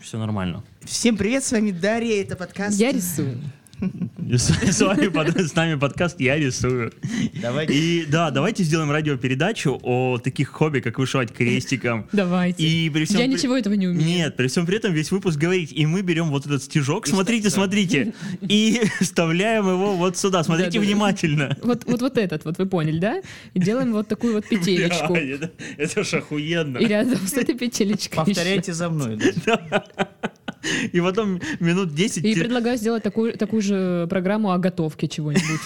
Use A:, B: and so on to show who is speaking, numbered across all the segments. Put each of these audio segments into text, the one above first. A: все нормально.
B: Всем привет, с вами Дарья, это подкаст.
C: Я рисую.
A: С, с вами под- с нами подкаст «Я рисую».
B: Давай.
A: И да, давайте сделаем радиопередачу о таких хобби, как вышивать крестиком.
C: Давайте.
A: И при всем
C: Я
A: при-
C: ничего этого не умею.
A: Нет, при всем при этом весь выпуск говорит, и мы берем вот этот стежок, смотрите, смотрите, и вставляем его вот сюда, смотрите
C: Да-да-да.
A: внимательно.
C: Вот, вот, вот этот, вот вы поняли, да? И делаем вот такую вот петелечку.
A: Бля, это, это ж охуенно.
C: И рядом с этой петелечкой.
B: Повторяйте за мной. да.
A: И потом минут
C: ещё.
A: 10...
C: И предлагаю сделать такую, такую же программу о готовке чего-нибудь.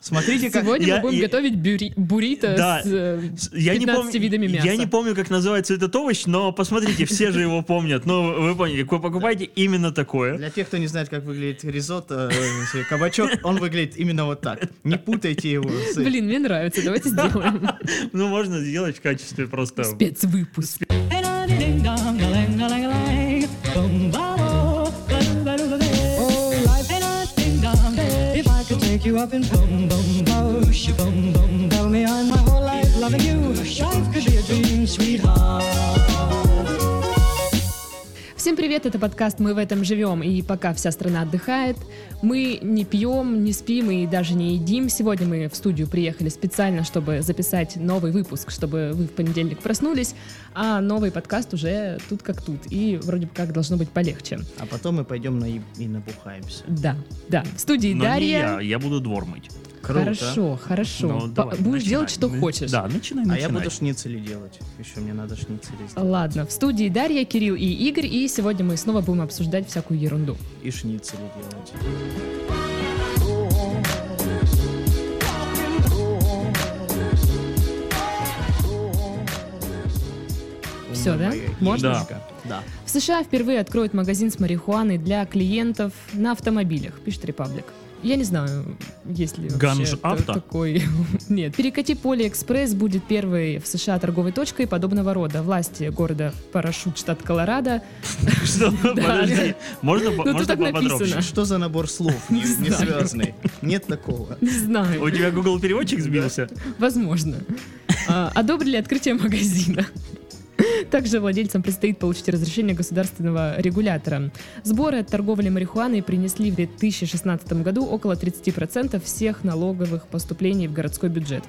B: Смотрите, как...
C: Сегодня
A: Я-
C: мы будем
A: я-
C: готовить бюри- буррито
A: Да.
C: с э,
A: С- Я не,
C: 15
A: помню,
C: видами мяса.
A: я не помню, как называется этот овощ, но посмотрите, все же его помнят. Ну, вы поняли, вы покупаете именно такое.
B: Для тех, кто не знает, как выглядит ризотто, э, если кабачок, он выглядит именно вот так. Не путайте его с...
C: Блин, мне нравится, давайте сделаем
A: Ну, можно сделать в качестве просто...
C: спецвыпуск.
D: Oh, life ain't a ding dong. If I could take you up in boom boom boosh, boom boom, tell me I'm my whole life loving you. Life could be a dream, sweetheart.
C: Всем привет, это подкаст «Мы в этом живем», и пока вся страна отдыхает, мы не пьем, не спим и даже не едим. Сегодня мы в студию приехали специально, чтобы записать новый выпуск, чтобы вы в понедельник проснулись, а новый подкаст уже тут как тут, и вроде бы как должно быть полегче.
B: А потом мы пойдем на и и набухаемся.
C: Да, да. В студии
A: Но не я,
C: Дарья.
A: я буду двор мыть.
B: Круто.
C: Хорошо, хорошо.
A: Ну,
C: Па-
A: давай,
C: Будешь делать, что
A: начинай. Ну,
C: хочешь.
A: Да, начинай,
B: А
A: начинай.
B: я буду шницели делать. Еще мне надо шницели сделать.
C: Ладно, в студии Дарья, Кирилл и Игорь, и сегодня мы снова будем обсуждать всякую ерунду.
B: И шницели делать.
C: Всё, да?
B: Ой-ой-ой.
A: Можно?
B: Яичко. Да.
C: В США впервые откроют магазин с марихуаной для клиентов на автомобилях, пишет Репаблик. Я не знаю, есть ли
A: Ганж
C: вообще та-
A: авто?
C: такой... Нет. Перекати поле экспресс будет первой в США торговой точкой подобного рода. Власти города Парашют, штат Колорадо.
A: Что? Подожди, можно по-
C: Ну, тут
A: можно
C: так написано.
A: поподробнее?
B: А Что за набор слов не, не связанный? Нет такого.
C: Не знаю,
A: У тебя Google переводчик сбился?
C: возможно. А, Одобрили открытие магазина. Также владельцам предстоит получить разрешение государственного регулятора. Сборы от торговли марихуаной принесли в 2016 году около 30% всех налоговых поступлений в городской бюджет.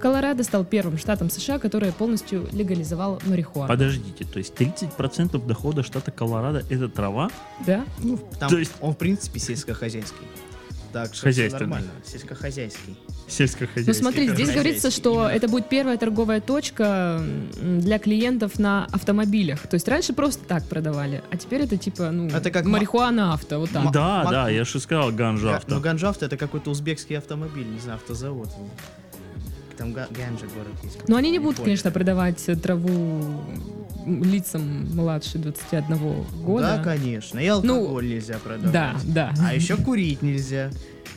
C: Колорадо стал первым штатом США, который полностью легализовал марихуану.
A: Подождите, то есть 30% дохода штата Колорадо это трава?
C: Да?
B: Ну, там
A: То есть-
B: он, в принципе, сельскохозяйский. Так что всё
A: Хозяйственный.
B: нормально. Сельскохозяйский.
C: Ну
A: Сельскохозяйство.
C: смотри, здесь
B: Хозяйский,
C: говорится, что
B: именно.
C: это будет первая торговая точка м, для клиентов на автомобилях. То есть раньше просто так продавали, а теперь это типа, ну,
B: Это как ма-
C: марихуана авто, вот так.
A: Да,
B: Ма-
A: да, я же сказал ганжа
B: Га- Ну,
A: авто.
B: Ганжафт это какой-то узбекский автомобиль, не знаю, автозавод. Там Га- Ганжа город есть.
C: Но они не будут,
B: Прикольно.
C: конечно, продавать э, траву м, лицам младше 21 года. Ну,
B: Да, конечно. И алкоголь нельзя продавать.
C: Да, да.
B: А еще курить нельзя.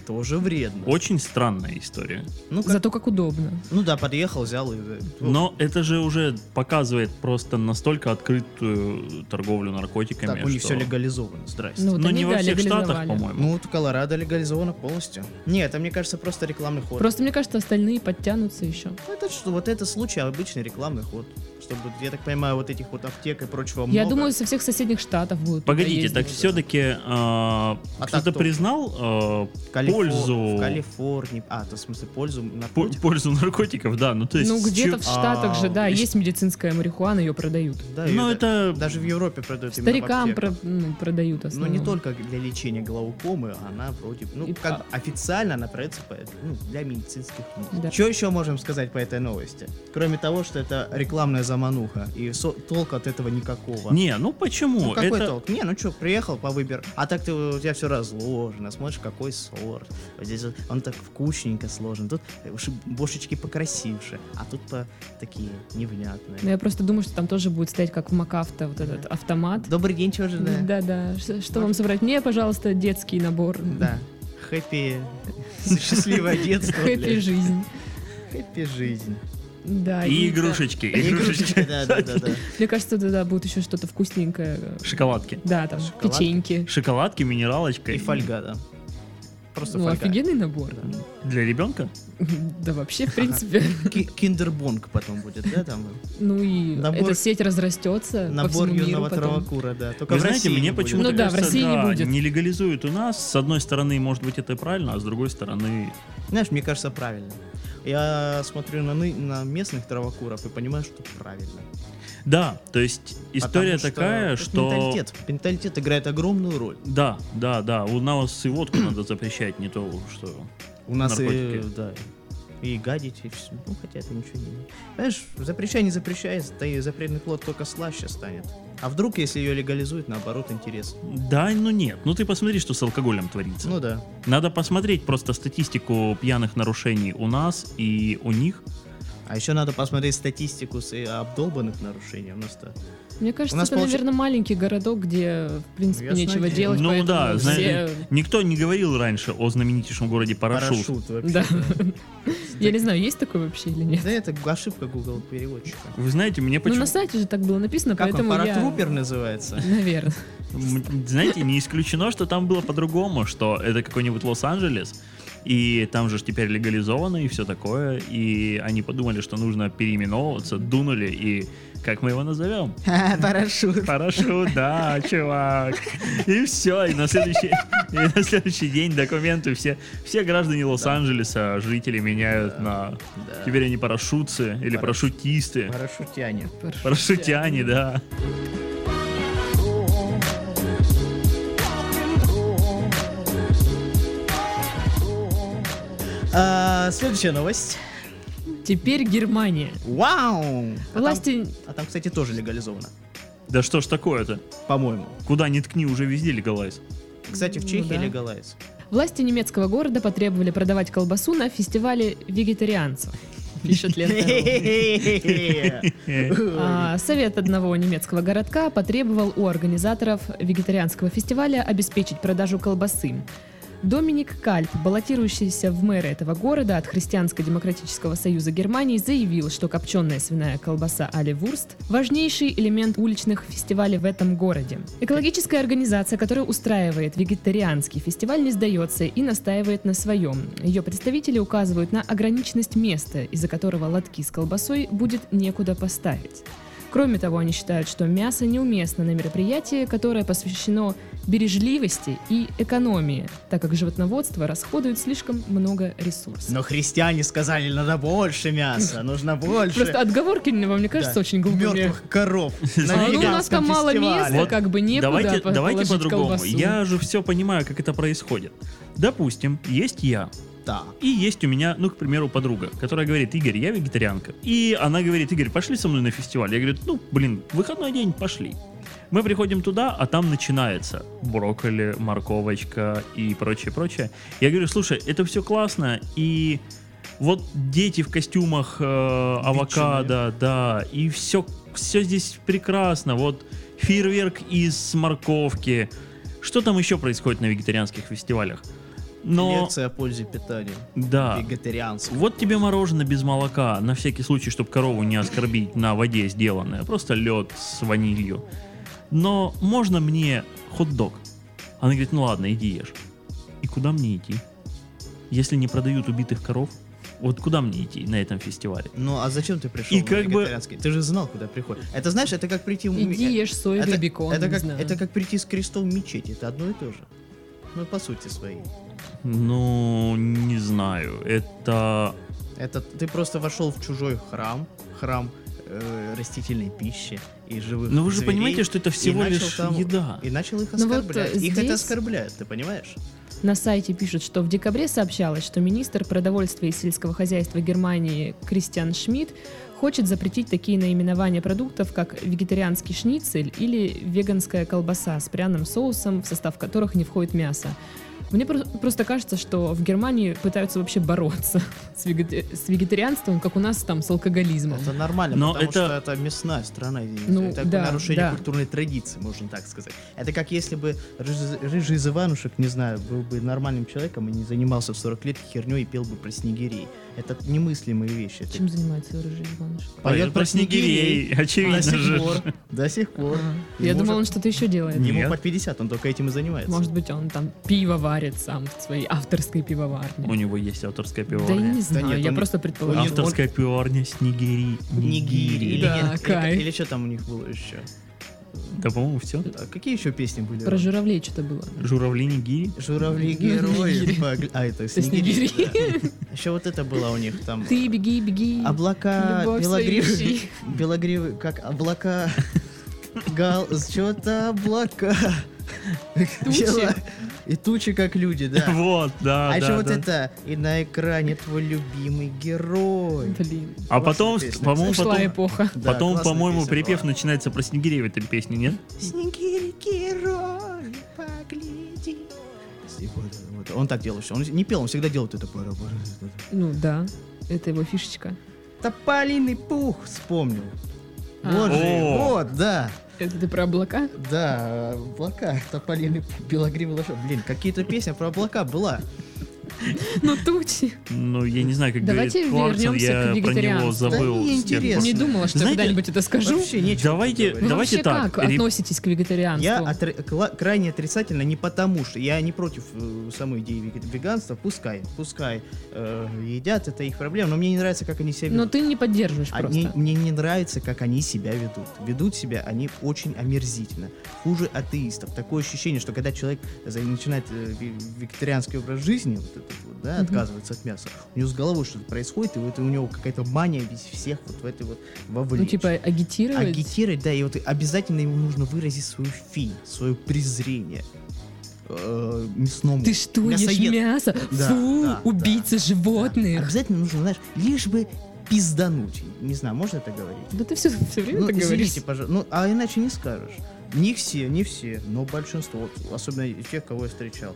B: Тоже вредно.
A: Очень странная история.
B: Ну, как-
C: Зато как удобно.
B: ну да, подъехал, взял и... э,
A: Но это же уже показывает просто настолько открытую торговлю наркотиками.
B: Так, у них
A: что-
B: все легализовано, здрасте.
C: Ну, вот
A: Но
C: они,
A: не во
C: да,
A: всех штатах,
C: легализовали.
A: по-моему.
B: Ну, вот Колорадо легализовано полностью. Не, это, мне кажется, просто рекламный ход.
C: Просто мне кажется, остальные подтянутся еще.
B: Ну, Это что, вот это случай обычный рекламный ход. Чтобы, я так понимаю, вот этих вот аптек и прочего
C: Я
B: много.
C: думаю, со всех соседних штатов будут.
A: Погодите,
C: туда
A: так
C: ездить.
A: все-таки э, кто-то
B: так-то.
A: признал э,
B: В Калифор-
A: пользу
B: В Калифорнии. А, то в смысле пользу
A: по-
B: наркотиков?
A: пользу наркотиков, да, ну то есть...
C: Ну,
A: с
C: где-то
A: чё-
C: в Штатах же, да,
B: А,
C: есть медицинская марихуана, ее продают.
B: Да,
A: Ну
B: и
A: это...
B: Даже в Европе продают именно в
C: Старикам
B: аптеках.
C: про- ну, продают
B: Но
C: основном.
B: не только для лечения глаукомы, она вроде, ну,
C: И-
B: как
C: а-
B: официально она продается по- ну, для медицинских нужд.
C: Да.
B: Что еще можем сказать по этой новости? Кроме того, что это рекламная замануха, и со- толка от этого никакого.
A: Не, ну почему?
B: Ну, какой
A: это...
B: толк? Не, ну что, приехал по выбор. А так ты, у тебя все разложено, смотришь, какой сорт. Вот здесь вот он так вкусненько сложен. Тут уж бошечки покрасивше, а тут по такие невнятные.
C: Ну, я просто думаю, что там тоже будет стоять, как в МакАвто, вот этот автомат.
B: Добрый день, чужие.
C: Да-да. Ш- Что вам собрать? Мне, пожалуйста, детский набор.
B: Да. Хэппи. Счастливое детство.
C: Хэппи
B: бля.
C: жизнь.
B: Хэппи жизнь.
C: Да.
A: И
C: да.
A: игрушечки,
B: Игрушечки,
A: игрушечки,
B: да, да, да, да.
C: Мне кажется, туда будет еще что-то вкусненькое.
A: шоколадки.
C: Да, там
B: Шоколадки.
C: печеньки.
A: Шоколадки, минералочка.
B: И фольга, да. Просто
C: Ну,
B: Fall Guy.
C: офигенный набор.
A: Для ребенка?
C: Да вообще, в принципе.
B: Ки- Киндербонг потом будет, да, там?
C: Ну и
B: Набор-
C: эта сеть разрастется по
B: Набор
C: всему миру
B: юного
C: потом.
B: травокура, да. Только
A: Вы
B: в
A: знаете,
B: России
A: мне
B: не будет.
A: почему-то
C: Ну да, в
A: кажется,
C: России не будет.
A: не легализуют у нас. С одной стороны, может быть, это и правильно, а с другой стороны...
B: Знаешь, мне кажется, правильно. Я смотрю на, ны- на местных травокуров и понимаю, что правильно.
A: Да, то есть история
B: Потому что
A: такая,
B: это
A: что...
B: Менталитет. Менталитет играет огромную роль.
A: Да, да, да. У нас и водку надо запрещать, не то, что...
B: У нас и,
A: Наркотики.
B: да, и гадить, и все. Ну, хотя это ничего не... имеет. Знаешь, запрещай, не запрещай, да и запретный плод только слаще станет. А вдруг, если ее легализуют, наоборот, интерес?
A: Да, ну нет. Ну ты посмотри, что с алкоголем творится.
B: Ну да.
A: Надо посмотреть просто статистику пьяных нарушений у нас и у них.
B: А еще надо посмотреть статистику с э, обдолбанных нарушений. У нас-то
C: Мне кажется,
B: У нас
C: это,
B: получ-
C: наверное, маленький городок, где, в принципе,
B: Ясно
C: нечего
B: дело.
C: делать.
A: ну
C: поэтому
A: да, зна-
C: все-
A: никто не говорил раньше о знаменитейшем городе Парашют.
B: парашют вообще.
C: Да. Я не знаю, есть такое вообще или нет.
B: Да это ошибка Google переводчика.
A: Вы знаете, мне
C: Ну,
A: почему...
C: на сайте же так было написано,
B: Как он,
C: поэтому я...
B: паратрупер называется?
C: Наверное.
A: М, Знаете, не исключено, что там было по-другому, что это какой-нибудь Лос-Анджелес, и там же ж теперь легализовано и все такое, и они подумали, что нужно переименовываться, дунули, и как мы его назовем?
B: Парашют.
A: Парашют, да, чувак. И все, и на следующий, и на следующий день документы все, все граждане Лос-Анджелеса, жители меняют на... Теперь они парашютцы или парашютисты,
B: Парашютяне.
A: парашютяне, да.
B: А, Следующая новость.
C: Теперь Германия.
B: Вау! А там-
C: Власти...
B: А там, кстати, тоже легализовано.
A: Да что ж такое-то?
B: По-моему.
A: Куда ни ткни, уже везде легалайз.
B: Кстати, в
C: Ну
B: Чехии
C: да.
B: легалайз.
C: Власти немецкого города потребовали продавать колбасу на фестивале вегетарианцев. Пишет Лента.ру.
A: Э,
C: А, Совет одного немецкого городка потребовал у организаторов вегетарианского фестиваля обеспечить продажу колбасы. Доминик Кальп, баллотирующийся в мэры этого города от Христианско-демократического союза Германии, заявил, что копченая свиная колбаса Али Вурст – важнейший элемент уличных фестивалей в этом городе. Экологическая организация, которая устраивает вегетарианский фестиваль, не сдается и настаивает на своем. Ее представители указывают на ограниченность места, из-за которого лотки с колбасой будет некуда поставить. Кроме того, они считают, что мясо неуместно на мероприятии, которое посвящено бережливости и экономии, так как животноводство расходует слишком много ресурсов.
B: Но христиане сказали, надо больше мяса, нужно больше.
C: Просто отговорки, вам мне кажется,
B: Да.
C: очень глупыми.
B: Мертвых коров.
C: А, ну, у нас
B: веганском
C: там мало
B: фестивале.
C: места,
A: Вот
C: как бы некуда
A: давайте,
C: по-
A: давайте
C: положить
A: по-другому.
C: колбасу.
A: Я же все понимаю, как это происходит. Допустим, есть я,
B: Да.
A: и есть у меня, ну, к примеру, подруга, которая говорит, Игорь, я вегетарианка. И она говорит, Игорь, пошли со мной на фестиваль. Я говорю, ну, блин, выходной день, пошли. Мы приходим туда, а там начинается брокколи, морковочка и прочее, прочее. Я говорю, слушай, это все классно, и вот дети в костюмах э, авокадо, да, и все, все здесь прекрасно. Вот фейерверк из морковки. Что там еще происходит на вегетарианских фестивалях? Но... А.
B: Лекция о пользе питания.
A: Да.
B: Вегетарианство.
A: Вот тебе мороженое без молока, на всякий случай, чтобы корову не оскорбить, на воде сделанное, просто лед с ванилью. Но можно мне хот-дог? Она говорит, ну ладно, иди ешь. И куда мне идти? Если не продают убитых коров, вот куда мне идти на этом фестивале?
B: Ну а зачем ты пришел
A: И
B: на
A: как бы-
B: вегетарианский? Ты же знал, куда приходишь. Это знаешь, это как прийти... в-
C: Иди ешь соевый
B: это,
C: бекон,
B: это
C: не
B: как,
C: знаю.
B: это как прийти с крестом в мечеть. Это одно и то же. Ну, по сути своей.
A: Ну, не знаю, это...
B: Это ты просто вошел в чужой храм, храм э, растительной пищи и живых
A: Ну вы же
B: зверей,
A: понимаете, что это всего
B: начал
A: лишь
B: там-
A: еда.
B: И начал их
C: Ну вот, э,
B: оскорблять. их это
C: здесь-
B: оскорбляет, ты понимаешь?
C: На сайте пишут, что в декабре сообщалось, что министр продовольствия и сельского хозяйства Германии Кристиан Шмидт хочет запретить такие наименования продуктов, как вегетарианский шницель или веганская колбаса с пряным соусом, в состав которых не входит мясо. Мне про- просто кажется, что в Германии пытаются вообще бороться с, вегета- с вегетарианством, как у нас там с алкоголизмом.
B: Это нормально,
A: Ну. Но
B: потому
A: это-
B: что это мясная страна, и
C: Ну,
B: это
C: да,
B: нарушение
C: да.
B: культурной традиции, можно так сказать. Это как если бы Рыжий, Рыжий из Иванушек, не знаю, был бы нормальным человеком и не занимался в 40 лет херней и пел бы про снегирей. Это немыслимые вещи. Это
C: Чем занимается Рыжий Иванович?
B: Поет про снегирей.
A: очевидно
B: До
A: же.
B: сих пор. До сих пор.
C: Я
B: Ему
C: думала,
B: же-
C: он что-то еще делает.
A: Не-
B: Ему
A: Нет.
B: под 50, он только этим и занимается.
C: Может быть, он там пиво пивоварит сам в своей авторской пивоварне.
A: У него есть авторская
C: Да я не
A: пивоварня.
C: знаю,
B: нет,
C: я
B: он-
C: просто
B: он не
C: предположила.
A: Авторская пивоварня с Нигири.
B: Нигири. Или,
C: Да,
B: нет,
C: кайф.
B: или, или что там у них было еще?
A: Да, по-моему, все.
B: А какие еще песни были?
C: Про журавлей что-то было.
B: Ну,
A: Журавли Нигири.
B: Журавли
C: Нигири.
B: герои. погля- А, это с
C: С Нигири.
B: Еще вот это было у них там.
C: Ты беги, беги.
B: Облака
C: Любовь свою
B: белогривые.
C: ищи.
B: Белогривые, как облака. Гал, что-то облака. Бело- И тучи, как люди, да.
A: Вот, да,
B: А
A: да,
B: еще вот
A: да.
B: это, и на экране твой любимый герой.
C: Блин,
A: А
B: Классная
A: потом,
B: песня.
A: по-моему,
C: ушла
A: потом,
C: эпоха.
B: Да,
A: потом,
B: классная
A: по-моему,
B: песня
A: припев
B: была.
A: начинается про Снегирева этой песни, нет?
B: Снегири герой, погляди. И вот, вот, Он так делал еще. Он не пел, он всегда делал вот это. пара- пара- это- это.
C: Ну да, это его фишечка.
B: Тополиный пух вспомнил.
C: А.
B: Вот же,
A: О.
B: вот, да.
C: Это ты про облака?
B: Да, облака, тополиный пух, белогривый лошадь. Блин, какие-то песни про облака была.
C: Ну тучи.
A: Ну, я не знаю, как
C: Давайте
A: говорит Кларксон,
C: вернемся
A: я
C: к
A: про него
C: вегетарианству.
A: забыл.
B: Да не
A: с тех пор.
B: интересно.
C: Не думала, что
A: Знаете,
C: когда-нибудь это скажу.
B: Вообще нечего
A: Давайте-
B: тут
C: Вы
B: говорить.
A: давайте
C: вообще
A: так,
C: как
A: реп-
C: относитесь к
B: Я
C: вегетарианству?
B: отри- кла- крайне отрицательно не потому, что я не против э, самой идеи вег- веганства, пускай, пускай э, едят, это их проблема, но мне не нравится, как они себя
C: Но
B: ведут.
C: Ну, ты не поддерживаешь
B: А мне,
C: просто. Ну,
B: мне не нравится, как они себя ведут. Ведут себя они очень омерзительно. Хуже атеистов. Такое ощущение, что когда человек за- начинает э, ве- вегетарианский образ жизни, вот этот вот, да,
C: Мгм.
B: отказывается от мяса, у него с головой что-то происходит, и вот у него какая-то мания весь всех вот в этой вот вовлечь.
C: Ну типа агитировать?
B: Агитировать, да, и вот обязательно ему нужно выразить свою фи, свое презрение э, мясному.
C: Ты что, ешь
B: Мясоед.
C: мясо?
B: Да,
C: Фу,
B: да,
C: убийца
B: Да.
C: животных.
B: Обязательно нужно, знаешь, лишь бы пиздануть. Не знаю, можно это говорить?
C: Да ты все, время
B: Ну,
C: так говоришь.
B: извините, пожалуйста. Ну, а иначе не скажешь. Не все, не все, но большинство, вот, особенно из тех, кого я встречал.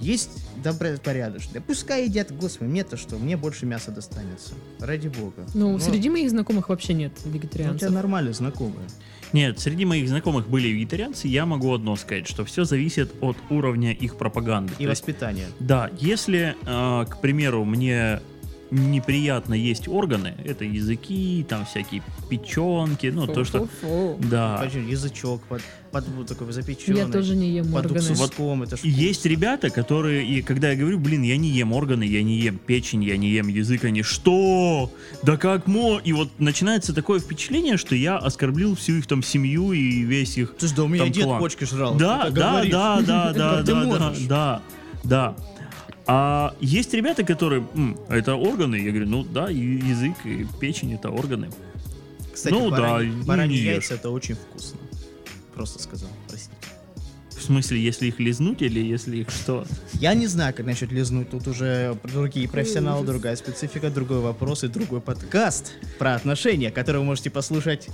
B: Есть добропорядочные. Пускай едят, господи, мне-то что, мне больше мяса достанется. Ради бога.
C: Ну,
B: Но-
C: среди моих знакомых вообще нет
B: Ну, у тебя
C: вегетарианцев.
B: нормально знакомые.
A: Нет, среди моих знакомых были вегетарианцы, я могу одно сказать, что все зависит от уровня их пропаганды.
B: И
A: То есть,
B: воспитание.
A: да, если, э, к примеру, мне неприятно есть органы, это языки, там всякие печенки, ну то, что...
C: Фу-фу-фу.
A: Да.
B: Пойдем, язычок под, под вот такой запеченный.
C: Я тоже не ем
B: под
C: органы.
B: уксуском, это ж
A: И Есть ребята, которые, и когда я говорю, блин, я не ем органы, я не ем печень, я не ем язык, они что? Да как мо? И вот начинается такое впечатление, что я оскорбил всю их там семью и весь их
B: Слушай, да у меня
A: Там
B: дед
A: клан.
B: почки жрал.
A: Да,
B: ты так
A: да,
B: говоришь.
A: да, да, да,
B: Как ты
A: да, да,
B: можешь?
A: да, да. А есть ребята, которые, «М, это органы, я говорю, ну да, и язык, и печень это органы.
B: Кстати,
A: Ну да,
B: барань-
A: не
B: бараньи
A: ешь.
B: яйца это очень вкусно. Просто сказал, простите.
A: В смысле, если их лизнуть или если их что?
B: Я не знаю, как насчет лизнуть. Тут уже другие профессионалы,
C: Ужас.
B: другая специфика, другой вопрос и другой подкаст про отношения, который вы можете послушать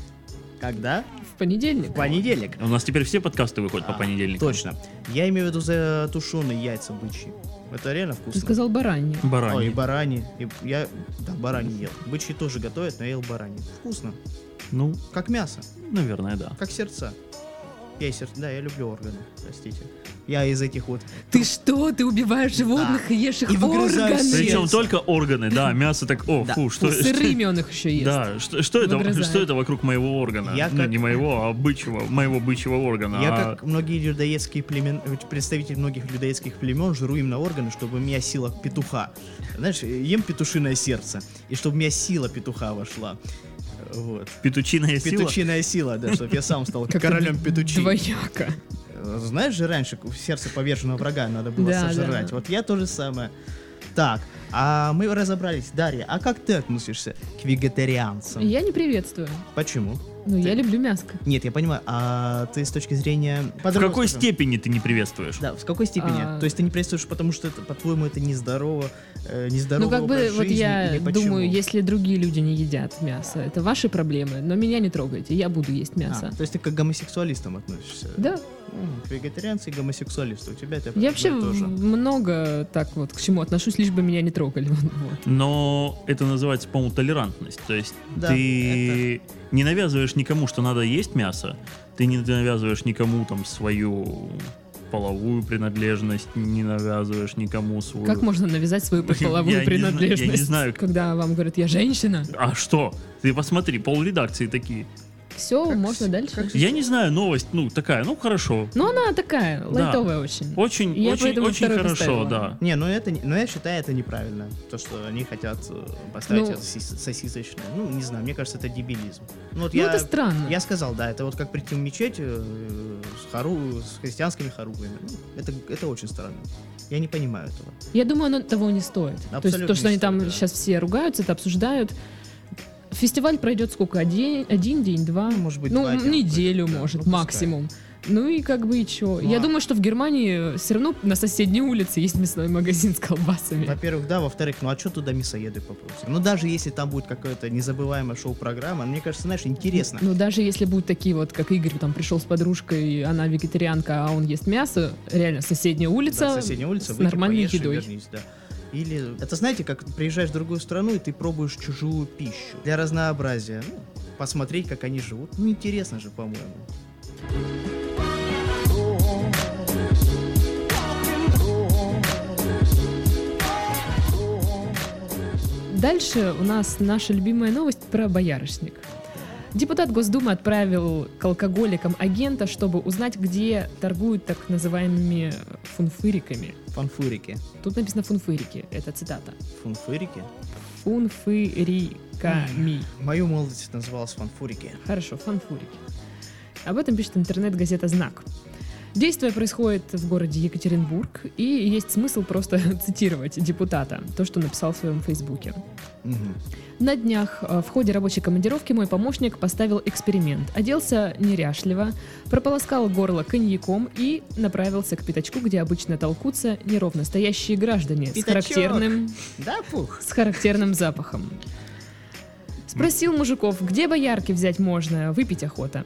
B: когда?
C: В понедельник.
B: В понедельник.
A: У нас теперь все подкасты выходят по
B: А,
A: понедельникам.
B: Точно. Я имею в виду за тушеные яйца бычьи. Это реально
C: Ты
B: вкусно.
C: сказал бараньи.
B: О, и
A: Бараньи.
B: барани. И я да, барани ел. Бычьи тоже готовят, но я ел барани. Вкусно.
A: Ну,
B: Как мясо,
A: наверное, да.
B: как сердца. Я и сердце, да, я люблю органы, простите. Я из этих вот.
C: Ты что? Ты убиваешь животных и ешь их
B: И выгрызаешь
C: органы?
B: все.
A: Причем
B: Яйца.
A: только органы, да, мясо так, о,
B: Да.
A: фу, что...
C: Сырыми он их еще ест.
A: Да, что, что это,
C: Выгрызает.
A: что это вокруг моего органа?
B: Я
A: ну,
B: как-
A: не моего, а бычьего, моего бычьего органа.
B: Я
A: а-
B: как многие людоедские племен, э, представители многих людоедских племен, жру им на органы, чтобы у меня сила петуха. Знаешь, ем петушиное сердце, и чтобы у меня сила петуха вошла. Вот.
A: Петучиная сила.
B: Петучиная сила, да, чтобы я сам стал
C: Как-то
B: королем петучин.
C: Двояко.
B: Э, Знаешь же, раньше к- в сердце поверженного врага надо было
C: Да, да,
B: сожрать.
C: да.
B: Вот я то же самое. Так, а мы разобрались. Дарья, а как ты относишься к вегетарианцам?
C: Я не приветствую.
B: Почему?
C: Но я люблю мяско.
B: Нет, я понимаю, а ты с точки зрения...
A: В
B: по-другому
A: какой
B: скажу.
A: степени ты не приветствуешь?
B: Да, в какой степени?
C: А.
B: То есть ты не приветствуешь, потому что, это, по-твоему, это нездорово, э, нездоровый
C: Ну, как бы,
B: образ
C: вот
B: жизни
C: я
B: или почему?
C: думаю, если другие люди не едят мясо, это ваши проблемы, но меня не трогайте, я буду есть
B: А,
C: мясо.
B: то есть ты к гомосексуалистам относишься?
C: Да,
B: М, К вегетарианцу и гомосексуалисту. У тебя это
C: я вообще
B: да, тоже.
C: много так вот к чему отношусь, лишь бы меня не трогали. Вот.
A: Но это называется, по-моему, толерантность. То есть
B: Да,
A: ты не навязываешь никому, что надо есть мясо, ты не навязываешь никому там свою половую принадлежность, не навязываешь никому свою...
C: Как можно навязать свою
A: Я
C: половую
A: не
C: принадлежность?
A: зна- я не знаю.
C: Когда вам говорят, я женщина,
A: А что? Ты посмотри, пол редакции такие.
C: все, можно дальше.
A: Я не знаю, новость, ну, такая, ну, хорошо.
C: Но она такая, лайтовая очень.
A: Очень,
C: Я
A: очень,
C: поэтому
A: очень
C: второй
A: хорошо,
C: поставила.
A: да.
B: Не, ну это, не- ну я считаю это неправильно, то что они хотят э, поставить
C: Ну.
B: это соси- сосисочное. Ну не знаю, мне кажется это дебилизм. Ну вот
C: Ну,
B: я,
C: это странно.
B: я сказал, да, это вот как прийти в мечеть э, с, хору, с христианскими хоругвями. Ну, Это это очень странно. Я не понимаю этого.
C: Я думаю, оно того не стоит. то есть
B: Абсолютно
C: то, что
B: не
C: они там
B: стоит, да.
C: сейчас все ругаются, это обсуждают. Фестиваль пройдет сколько? Один, один день, два?
B: Ну, может быть,
C: ну,
B: два дня,
C: неделю,
B: да,
C: может,
B: ну, пускай.
C: максимум. Ну и как бы и чё.
B: Ну,
C: Я
B: а-
C: думаю, что в Германии все равно на соседней улице есть мясной магазин с колбасами.
B: Во-первых, да, во-вторых, ну а что туда мясоеды попросим? Ну даже если там будет какая-то незабываемая шоу-программа, мне кажется, знаешь, интересно.
C: Ну, даже если будут такие вот, как Игорь там пришел с подружкой, она вегетарианка, а он ест мясо, реально соседняя улица.
B: Да, соседняя улица,
C: с
B: выйди,
C: нормальной
B: поешь и
C: едой.
B: вернись, да. Или, это знаете, как приезжаешь в другую страну, и ты пробуешь чужую пищу. Для разнообразия. Ну, посмотреть, как они живут. Ну, интересно же, по-моему.
C: Дальше у нас наша любимая новость про боярышник. Депутат Госдумы отправил к алкоголикам агента, чтобы узнать, где торгуют так называемыми фунфыриками.
B: Фанфурики.
C: Тут написано фунфырики, это цитата.
B: Фанфурики?
C: Фунфыриками.
B: Мою молодость это называлось фанфурики.
C: Хорошо, фанфурики. Об этом пишет интернет-газета «Знак». Действие происходит в городе Екатеринбург, и есть смысл просто цитировать депутата, то, что написал в своем фейсбуке.
B: Мгм.
C: На днях э, в ходе рабочей командировки мой помощник поставил эксперимент. Оделся неряшливо, прополоскал горло коньяком и направился к пятачку, где обычно толкутся неровно стоящие граждане с
B: Пятачок.
C: характерным,
B: Да, пух.
C: с характерным запахом. Спросил мужиков, где боярки взять можно, выпить охота.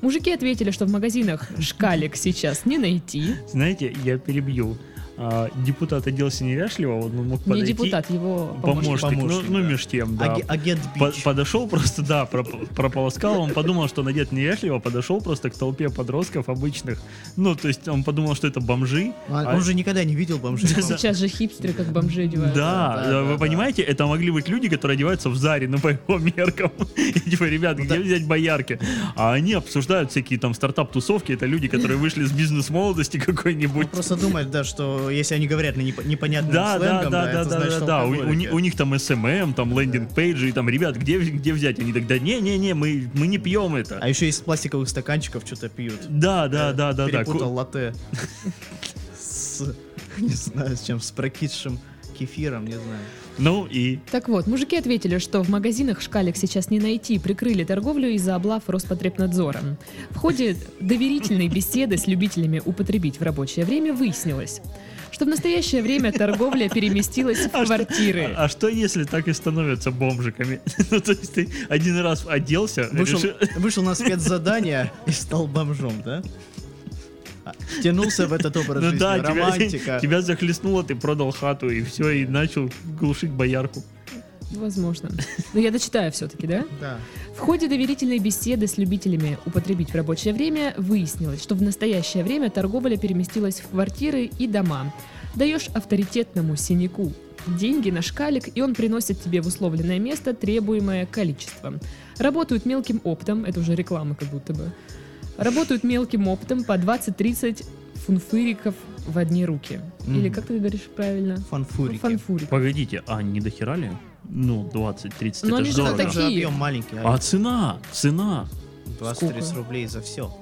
C: Мужики ответили, что в магазинах шкалик сейчас не найти.
A: Знаете, я перебью. А, депутат оделся неряшливо, он мог
C: Не
A: подойти.
C: депутат, его помощник.
A: Помощник, ну-
B: Помощник,
A: ну,
B: да.
A: меж тем, да.
B: Аге- агент
A: По-
B: Бич.
A: подошел просто, да, проп- прополоскал, он подумал, что надет невежливо, подошел просто к толпе подростков обычных. Ну, то есть он подумал, что это бомжи.
B: А- Он же никогда не видел бомжей.
A: Да.
C: Сейчас же хипстеры как бомжи
A: Да,
C: одеваются.
B: да, да,
A: вы
B: да.
A: понимаете, это могли быть люди, которые одеваются в заре, ну, по его меркам. И типа, ребят, где
B: да.
A: взять боярки? А они обсуждают всякие там стартап-тусовки, это люди, которые вышли с бизнес-молодости
B: Он
A: какой-нибудь.
B: просто думает, да, что если они говорят на непо- непонятным
A: Да, да,
B: сленгом,
A: да, да,
B: это
A: да,
B: значит
A: да, да. У, у ни-
B: алкоголики.
A: у них там СММ, там лендинг-пейджи, и там, ребят, где, где взять? Они тогда, не-не-не, мы, мы не пьем это.
B: А еще из пластиковых стаканчиков что-то пьют.
A: Да, да, да, да, да.
B: Перепутал
A: Ку-
B: латте с, не знаю, с чем, с прокисшим кефиром, не знаю.
A: Ну и
C: Так вот, мужики ответили, что в магазинах шкалик сейчас не найти, прикрыли торговлю из-за облав Роспотребнадзора. В ходе доверительной беседы с любителями употребить в рабочее время выяснилось, что в настоящее время торговля переместилась в
A: А что-
C: квартиры.
A: А, а что если так и становятся бомжиками? ну, то есть ты один раз оделся,
B: Вышел,
A: решил-
B: вышел на спецзадание и стал бомжом, да? А, Втянулся в этот образ
A: ну
B: жизни,
A: да, тебя,
B: романтика.
A: тебя захлестнуло, ты продал хату и все, и начал глушить боярку.
C: Возможно. Но я дочитаю все-таки, да?
B: Да.
C: В ходе доверительной беседы с любителями употребить в рабочее время выяснилось, что в настоящее время торговля переместилась в квартиры и дома. Даешь авторитетному синяку деньги на шкалик, и он приносит тебе в условленное место требуемое количество. Работают мелким оптом, это уже реклама как будто бы. Работают мелким оптом по 20-30 фунфыриков в одни руки. Или
B: Мгм.
C: как ты говоришь правильно?
B: Фанфурики.
C: Фанфурик.
A: Погодите, а не дохера ли? Ну, 20-30,
C: Ну,
A: это
C: они
A: ж
C: же
A: дорого.
B: Там же
C: такие.
B: объем маленький, а
A: А цена, цена.
B: 23
C: сколько?
B: рублей за все.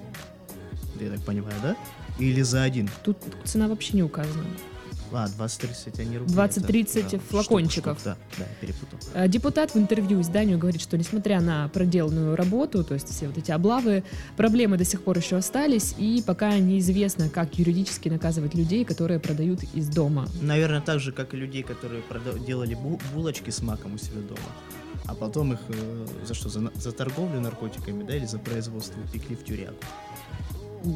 B: Я так понимаю, да? Или за один?
C: Тут цена вообще не указана.
B: А, 20-30, а не рублей.
C: 20-30
B: это, да, штук,
C: флакончиков.
B: штук, да, да, я перепутал.
C: Э, Депутат в интервью изданию говорит, что несмотря на проделанную работу, то есть все вот эти облавы, проблемы до сих пор еще остались, и пока неизвестно, как юридически наказывать людей, которые продают из дома.
B: Наверное, так же, как и людей, которые прода- делали бу- булочки с маком у себя дома. А потом их э, за что? За, на- за торговлю наркотиками, да, или за производство пекли в тюрягу.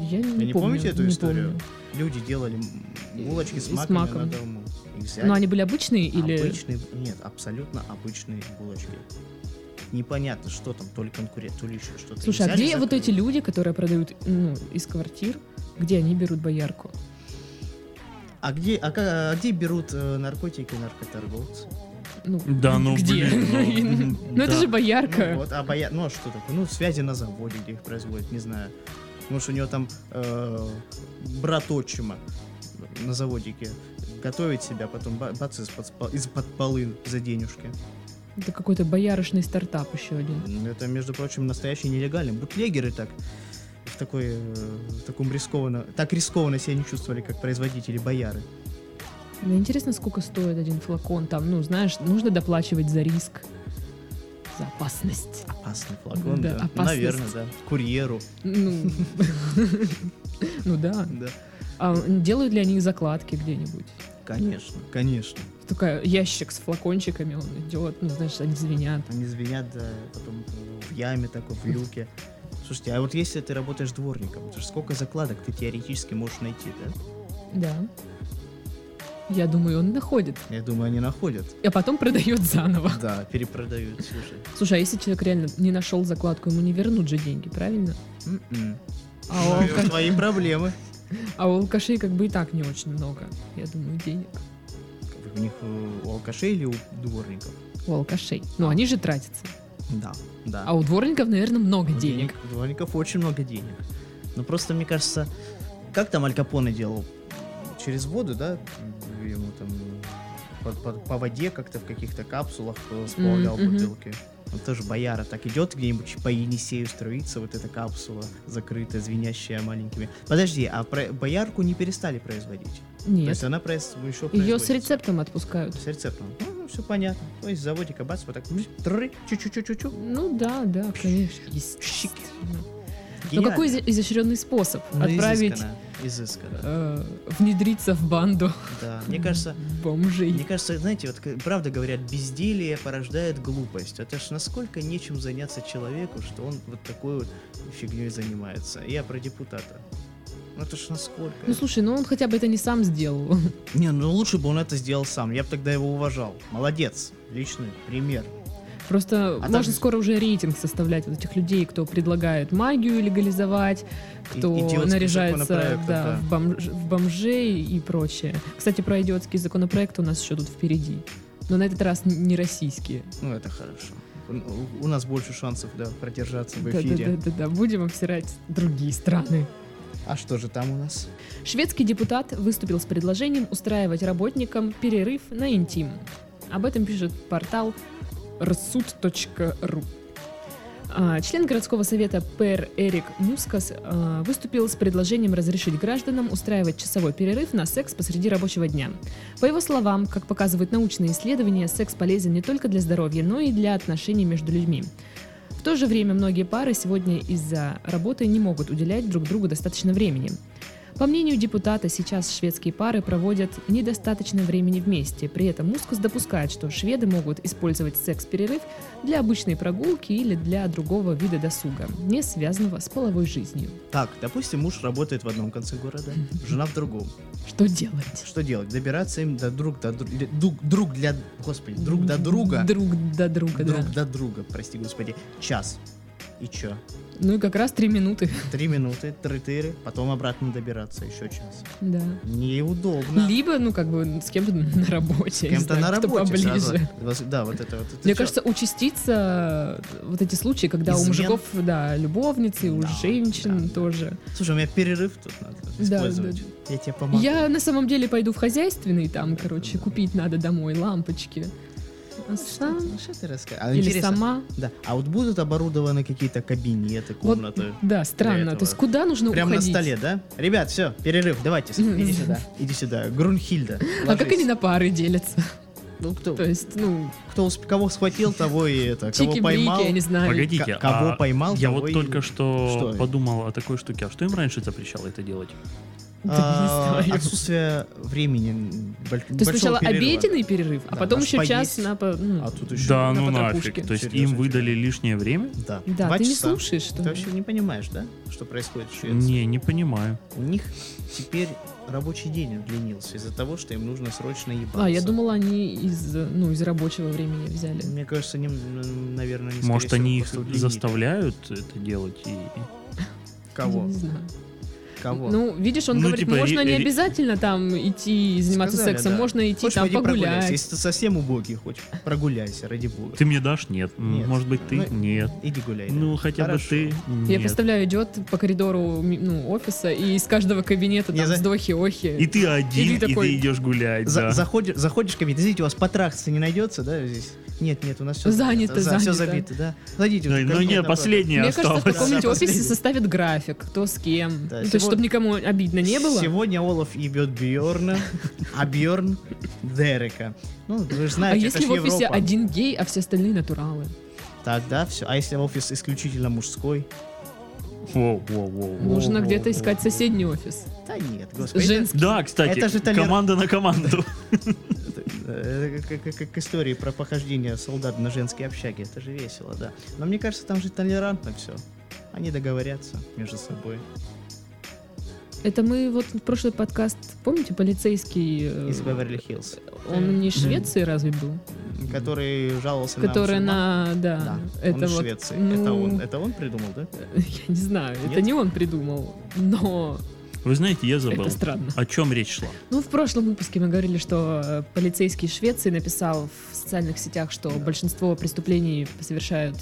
C: Я не,
B: Вы не
C: помню,
B: помните эту
C: не
B: историю?
C: помню.
B: Люди делали м, булочки с
C: И с
B: маками
C: маком.
B: на дому. Их взяли.
C: Но Ну, они были обычные или...
B: А, Обычные, нет, абсолютно обычные булочки. Непонятно, что там, то ли конкурент, то ли еще что-то.
C: Слушай, а
B: Взяли,
C: где вот
B: закрыли.
C: эти люди, которые продают ну, из квартир, где они берут боярку?
B: А где, а, ка- а где берут э, наркотики наркоторговцы?
C: ну,
A: Да ну,
C: где?
A: блин, ну,
C: Ну, это
A: да.
C: же
B: Ну,
C: боярка.
B: вот, а боя... Ну, а что такое? Ну, связи на заводе, где их производят, не знаю. Может, у него там э, брат отчима на заводике готовит себя, потом ба- бац из-под, спа- из-под полын за денежки.
C: Это какой-то боярышный стартап еще один.
B: Ну, Это, между прочим, настоящий нелегальный. Бутлегеры так в, такой, э, в таком рискованно, так рискованно себя не чувствовали, как производители бояры.
C: Мне интересно, сколько стоит один флакон там. Ну, знаешь, нужно доплачивать за риск, за опасность.
B: Опасный флакон,
C: Да,
B: да.
C: опасность.
B: Наверное, да. Курьеру,
C: Ну, ну да.
B: да.
C: А делают ли они закладки где-нибудь?
B: Конечно, конечно.
C: Такая ящик с флакончиками, он идет, ну, знаешь, они звенят.
B: Они звенят, да, потом э, в яме такой, в люке. Слушайте, а вот если ты работаешь дворником, то ж сколько закладок ты теоретически можешь найти, да?
C: Да. Я думаю, он находит.
B: Я думаю, они находят.
C: А потом продает заново.
B: Да, перепродают, слушай.
C: Слушай, а если человек реально не нашел закладку, ему не вернут же деньги, правильно?
B: М-м.
C: А у, алка-
B: Твои проблемы.
C: а у алкашей как бы и так не очень много, я думаю, денег.
B: У них э, у алкашей или у дворников?
C: У алкашей. Ну, они же тратятся.
B: Да, да.
C: А у дворников, наверное, много
B: У
C: денег.
B: денег- У дворников очень много денег. Но просто, мне кажется, как там Аль Капоне делал? Через воду, да? Ему там по, по- по воде как-то в каких-то капсулах э, сплавлял
C: Мгм, мгм.
B: бутылки. Он тоже бояра так идет где-нибудь по Енисею строится, вот эта капсула закрытая, звенящая маленькими. Подожди, а про- боярку не перестали производить? То есть
C: Нет.
B: она произ- еще
C: Ее с
B: производится.
C: рецептом отпускают.
B: С рецептом. Ну, все понятно. То есть заводика бац, вот так, ну, чу-чу-чу-чу-чу.
C: Ну да, да, конечно. Естественно. Но
B: Гениально.
C: Ну, какой изя- изощренный способ
B: Ну,
C: отправить,
B: Изысканно, изысканно.
C: э, внедриться в банду
B: Да, мне кажется, мне
C: бомжей?
B: кажется, знаете, вот к- правда говорят, безделие порождает глупость. Это ж насколько нечем заняться человеку, что он вот такой вот фигней занимается. Я про депутата. Ну это ж насколько.
C: Ну слушай, ну он хотя бы это не сам сделал.
B: Не, ну лучше бы он это сделал сам. Я бы тогда его уважал. Молодец. Личный пример.
C: Просто
B: А
C: можно
B: также-
C: скоро уже рейтинг составлять вот этих людей, кто предлагает магию легализовать,
B: И-
C: кто
B: идиотский
C: наряжается
B: законопроект,
C: да,
B: да.
C: В, бомж- в бомжей и прочее. Кстати, про идиотские законопроекты у нас еще тут впереди. Но на этот раз н- не российские.
B: Ну это хорошо. У- У нас больше шансов, да, продержаться в эфире.
C: Да-да-да, будем обсирать другие страны.
B: А что же там у нас?
C: Шведский депутат выступил с предложением устраивать работникам перерыв на интим. Об этом пишет портал rsud.ru. А, Член городского совета Пер Эрик Мускас а, выступил с предложением разрешить гражданам устраивать часовой перерыв на секс посреди рабочего дня. По его словам, как показывают научные исследования, секс полезен не только для здоровья, но и для отношений между людьми. В то же время многие пары сегодня из-за работы не могут уделять друг другу достаточно времени. По мнению депутата, сейчас шведские пары проводят недостаточно времени вместе. При этом Мускус допускает, что шведы могут использовать секс-перерыв для обычной прогулки или для другого вида досуга, не связанного с половой жизнью.
B: Так, допустим, муж работает в одном конце города, жена в другом.
C: Что делать?
B: Что делать? Добираться им до друг до друг, друг для господи, друг до друга,
C: Друг до друга,
B: друг до
C: да.
B: друга, прости господи, час. И чё?
C: Ну и как раз три минуты.
B: Три минуты, тры-тыры, потом обратно добираться еще час.
C: Да.
B: Неудобно.
C: Либо, ну, как бы с кем-то на работе.
B: С
C: не
B: Кем-то
C: знаю,
B: на
C: кто
B: работе
C: поближе.
B: сразу. Воз- Да, вот это вот. это
C: Мне
B: чё?
C: кажется, участится вот эти случаи, когда у
B: Измен.
C: мужиков, да, любовницы, у
B: Да,
C: женщин
B: да, да.
C: тоже.
B: Слушай, у меня перерыв тут надо использовать. Я тебе помогу.
C: Я на самом деле пойду в хозяйственный, там, короче, купить надо домой лампочки. А сам-
B: Ну, что ты рассказываешь? А,
C: Или
B: интересно,
C: сама.
B: Да. А вот будут оборудованы какие-то кабинеты,
C: Вот,
B: комнаты?
C: да, странно.
B: этого.
C: То есть куда нужно
B: Прям на
C: уходить?
B: столе, да? Ребят, все, перерыв, давайте, иди сюда, иди сюда, Грунхильда.
C: А как они на пары делятся?
B: Ну, кто,
C: То есть, ну,
B: кто усп- кого схватил, того и это, А кого поймал.
C: чики-брики, я не знаю.
A: Погодите,
B: К- кого
A: а
B: поймал,
A: Я
B: того
A: вот
B: и-
A: только что,
B: Что?
A: подумал о такой штуке. А что им раньше запрещало это делать?
B: А,
C: Да не знаю.
B: Отсутствие времени боль-
C: То есть
B: большого
C: сначала
B: перерыва.
C: обеденный перерыв, а
B: Да,
C: потом
B: аж
C: еще час
B: поесть.
C: на... по- ну,
B: А тут еще...
A: да,
C: на
A: ну
C: потрапушке.
A: нафиг. То есть
B: Серьезно, типа.
A: им выдали
B: серьезно.
A: лишнее время?
B: Да,
C: Да,
B: два
C: ты не
B: часа.
C: слушаешь, что
B: Ты
C: ли?
B: вообще не понимаешь, да, что происходит в Швеции?
A: Не, не понимаю.
B: У них теперь рабочий день удлинился из-за того, что им нужно срочно ебаться.
C: А, я думала, они из, э, ну, из рабочего времени взяли.
B: Мне кажется, они, м, наверное, не
A: Может,
B: скорее
A: они
B: всего,
A: их
B: просто удлинили.
A: заставляют это делать? И...
B: Кого?
C: Не знаю.
B: Кого?
C: Ну, видишь, он
A: Ну,
C: говорит,
A: типа,
C: можно
A: ре-
C: не
A: ре-
C: обязательно там идти и заниматься
B: Сказали,
C: сексом,
B: да.
C: можно идти
B: Хочешь,
C: там
B: пойди прогуляйся?
C: погулять.
B: Если ты совсем убогий хочешь, прогуляйся, ради бога.
A: Ты мне дашь? Нет. М,
B: Нет.
A: Может быть, ты?
B: Ну,
A: Нет.
B: Иди гуляй.
A: Ну, хотя бы
B: Хорошо.
A: ты?
C: Я
A: Нет.
C: представляю, идет по коридору м, ну, офиса, и из каждого кабинета
B: Не
C: там
B: за-
C: вздохи-охи.
A: И ты один,
C: И
A: и ты,
C: ты такой-
A: идешь гулять,
B: За-
A: да.
B: заходишь, заходишь в кабинет, извините, у вас потрахаться не найдется, да, здесь? Нет, нет, у нас все
C: Занято, занято.
B: Все забито, да. Зайдите.
A: Ну,
B: в
A: ну
B: кабинет
A: нет,
B: напротив.
A: последнее
C: Мне кажется,
A: осталось.
C: в каком-нибудь
B: Да,
C: офисе
B: последний.
C: составят график, кто с кем.
B: Да,
C: Ну, То есть,
B: сегодня-
C: чтобы никому обидно не было.
B: Сегодня Олаф ебет Бьорна, а Бьорн Дерека. Ну, вы же
C: А
B: знаете, это
C: если
B: ж
C: в офисе
B: Европа.
C: один гей, а все остальные натуралы?
B: Тогда все. А если офис исключительно мужской?
A: Воу, воу, воу, воу.
C: Нужно
B: Во-во-во.
C: где-то искать соседний офис.
B: Да нет, господи.
C: Женский.
A: Да, кстати,
B: Это же толер-
A: команда на команду.
B: Это, э, как, как- как истории про похождение солдат на женские общаги. Это же весело, да. Но мне кажется, там же толерантно все. Они договорятся между собой.
C: Это мы вот в прошлый подкаст, помните, полицейский... э,
B: Из Беверли-Хиллз.
C: Он не из Швеции разве был?
B: Который жаловался
C: Который
B: на...
C: на... Да,
B: мусульман. Да,
C: это
B: он из
C: вот...
B: Швеции.
C: ну,
B: Это, он, это он придумал, да?
C: Я не знаю, это
B: Нет?
C: не он придумал, но
A: Вы знаете, я забыл.
C: это странно.
A: О чем речь шла?
C: Ну, в прошлом выпуске мы говорили, что э, полицейский Швеции написал в социальных сетях, что большинство преступлений совершают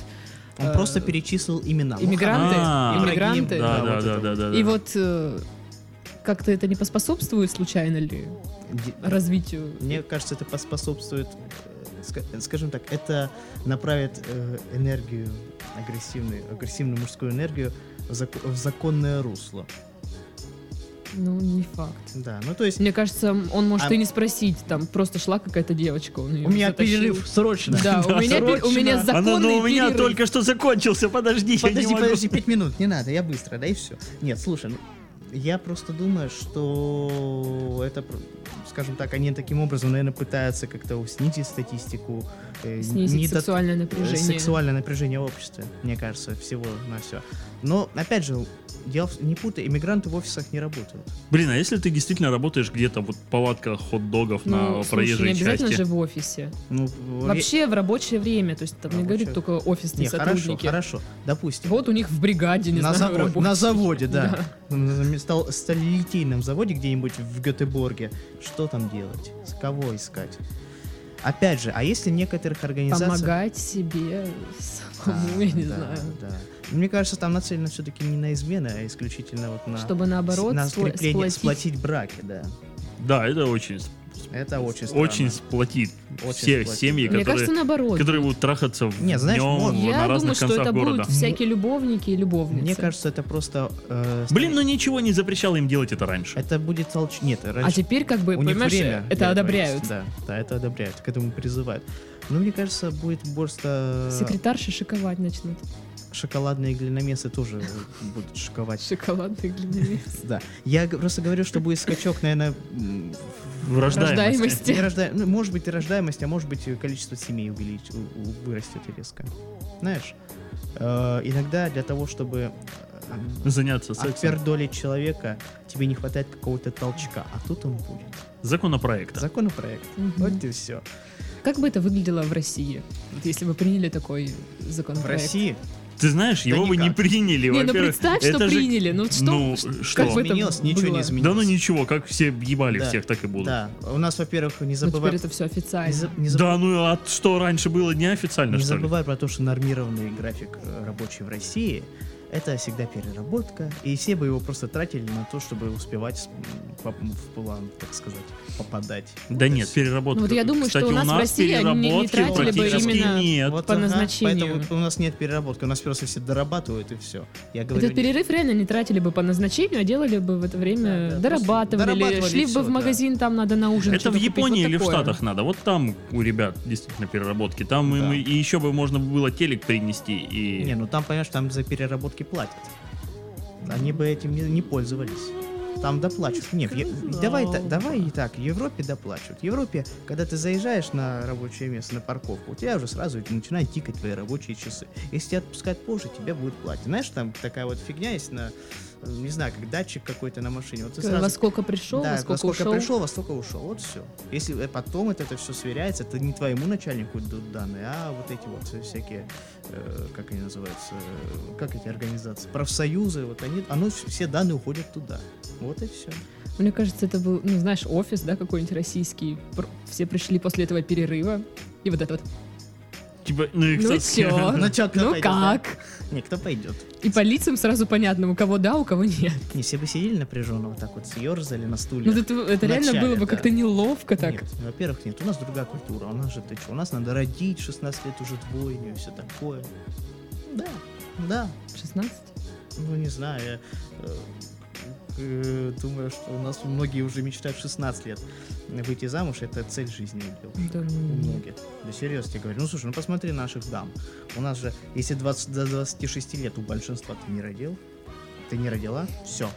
B: Он
C: Э,
B: просто перечислил имена. Ну,
C: иммигранты.
A: А,
C: иммигранты.
B: Ибрагим,
A: Да,
B: да,
A: да,
B: вот
A: да,
B: это
A: да,
B: вот.
A: да.
C: И
A: да.
C: вот э, как-то это не поспособствует случайно ли
B: Ди-
C: развитию?
B: Мне кажется, это поспособствует, э, ска- скажем так, это направит э, энергию, агрессивную, агрессивную мужскую энергию в, зак- в законное русло.
C: Ну, не факт.
B: Да, ну то есть...
C: Мне кажется, он может
B: А-
C: и не спросить, там просто шла какая-то девочка, он ее
B: У меня
C: затащил.
B: перерыв, срочно.
C: Да, у меня, пе- у меня
B: Срочно.
C: законный
A: Она, ну, у меня
C: перерыв.
A: только что закончился, подожди, я
B: Подожди,
A: не могу.
B: подожди, пять минут, не надо, я быстро, да и все. Нет, слушай, ну, я просто думаю, что это, пр- скажем так, они таким образом, наверное, пытаются как-то снизить статистику, э,
C: снизить
B: не дот-
C: сексуальное
B: э,
C: напряжение.
B: сексуальное напряжение в обществе, мне кажется, всего на все. Но, опять же, дело в- не путай, иммигранты в офисах не работают.
A: Блин, а если ты действительно работаешь где-то вот в палатках хот-догов
C: Ну,
A: на
C: слушай, не
A: проезжей
C: обязательно
A: части?
C: же в офисе.
B: Ну, в-
C: Вообще в рабочее время, то есть там не
B: Рабочее.
C: говорит только офисные
B: не, хорошо,
C: сотрудники.
B: хорошо, допустим.
C: Вот у них в бригаде, не
B: на,
C: знаю,
B: заводе,
C: рабочие.
B: на заводе, да. На зам- стал- сталелитейном заводе где-нибудь в Гетеборге. Что там делать? С кого искать? Опять же, а если некоторых организаций...
C: Помогать себе самому,
B: А,
C: я не
B: да,
C: знаю.
B: да. Мне кажется, там нацелено все-таки не на измены, а исключительно вот на...
C: Чтобы наоборот
B: на
C: спла-
B: скрепление,
C: сплотить.
B: сплотить браки, да.
A: Да, это очень, с-
B: Это очень странно.
A: очень сплотит
B: Очень
A: все
B: сплотит,
A: семьи,
B: да.
C: Мне
A: которые,
C: кажется, наоборот.
A: которые будут трахаться в
B: Не, знаешь,
A: днём
B: можно.
A: в-
C: Я
A: на
C: думаю,
A: разных
C: что
A: концах
C: это
A: города.
C: будут всякие любовники и любовницы.
B: Мне кажется, это просто... э,
A: Блин, ну ничего не запрещало им делать это раньше.
B: Это будет толч... Нет, раньше...
C: А теперь как бы,
B: У них
C: понимаешь,
B: время
C: это
B: для этого
C: одобряют.
B: есть, Да, да, это одобряют, к этому призывают. Но мне кажется, будет просто...
C: Секретарши шиковать начнут.
B: шоколадные глиномесы тоже будут шиковать.
C: Шоколадные глиномесы.
B: Да. Я г- просто говорю, что будет скачок, наверное, м,
A: В рождаемости.
B: не
C: Рождаемости.
B: рожда- ну, может быть, и рождаемость, а может быть, и количество семей увелич... у- у- вырастет резко. Знаешь, э, иногда для того, чтобы э,
A: Заняться сексом.
B: отпердолить человека, тебе не хватает какого-то толчка, а тут он будет.
A: Законопроекта.
B: Законопроект.
C: Мгм.
B: Вот и все.
C: Как бы это выглядело в России, вот если бы приняли такой
B: В
C: законопроект?
B: России
A: Ты знаешь, его бы не
B: никак.
A: приняли,
C: Не, ну
A: во-первых.
C: представь, что
A: это же-
C: приняли. Ну что?
A: Ну,
C: как
A: что?
C: в этом
B: изменилось, ничего
C: было?
B: не изменилось.
A: Да ну ничего, как все ебали
B: Да.
A: всех, так и будут.
B: Да. У нас, во-первых, не
C: Ну, теперь
B: забывай...
C: это все
B: не за-
C: официально.
B: не забывай-
A: Да ну а что раньше было неофициально,
B: Не
A: что ли?
B: забывай про то, что нормированный график э, рабочий в России это всегда переработка, и все бы его просто тратили на то, чтобы успевать м, по- м, в план, так сказать, попадать.
A: Да
B: Вот и
A: нет,
B: всё.
A: переработка.
C: Ну вот я думаю, что
A: Кстати,
C: у нас в России они не
A: переработки
C: тратили
B: бы
A: практически
C: именно-
A: нет.
B: Вот,
C: по
B: ага,
C: назначению.
B: поэтому у нас нет переработки, у нас просто все дорабатывают и все. Я говорю,
C: Этот перерыв реально не тратили бы по назначению, а делали бы в это время,
B: Да, да,
C: дорабатывали,
B: просто дорабатывали
C: шли
B: и
C: бы
B: всё,
C: в
B: да.
C: магазин, там надо на ужин.
A: Это
C: что-то
A: в
C: купить,
A: Японии
C: вот
A: или в
C: такое.
A: Штатах надо. Вот там у ребят действительно переработки. Там им
B: Да.
A: и еще бы можно было телек принести и.
B: не, ну там, понимаешь, там за переработки платят. Они бы этим не, не пользовались. Там доплачут. Нет, я- давай, та- давай и так. В Европе доплачут. В Европе, когда ты заезжаешь на рабочее место, на парковку, у тебя уже сразу начинают тикать твои рабочие часы. Если тебя отпускать позже, тебе будут платить. Знаешь, там такая вот фигня есть на, э, не знаю, как датчик какой-то на машине. Вот ты сразу
C: Во сколько пришел,
B: да,
C: во сколько, ушел.
B: пришел, во сколько ушел. Вот все. Если э, потом это, это все сверяется, это не твоему начальнику идут данные, а вот эти вот всякие, э, как они называются, э, как эти организации, профсоюзы, вот они, оно, вс- все данные уходят туда. Вот и все.
C: Мне кажется, это был, ну, знаешь, офис, да, какой-нибудь российский. Пр- Все пришли после этого перерыва. И вот это вот.
A: Типа, ну и
C: Ну
A: кстати,
C: все,
B: Ну чё, кто
C: ну
B: пойдет, да?
C: как?
B: Не, кто пойдет?
C: И по лицам сразу понятно, у кого да, у кого нет.
B: Не, все бы сидели напряженно вот так вот, съерзали на стуле.
C: Ну это, это реально
B: Вначале,
C: было бы
B: да.
C: как-то неловко так.
B: Нет, во-первых, нет, у нас другая культура, у нас же ты что, у нас надо родить, 16 лет уже двойню и все такое. Да, да,
C: 16?
B: Ну, не знаю, я э, э, думаю, что у нас многие уже мечтают в 16 лет выйти замуж, это цель жизни.
C: Да,
B: У
C: ну, нет.
B: многих. Да серьезно тебе говорю. Ну слушай, ну посмотри наших дам. У нас же, если 20, до 26 лет у большинства ты не родил, ты не родила, все.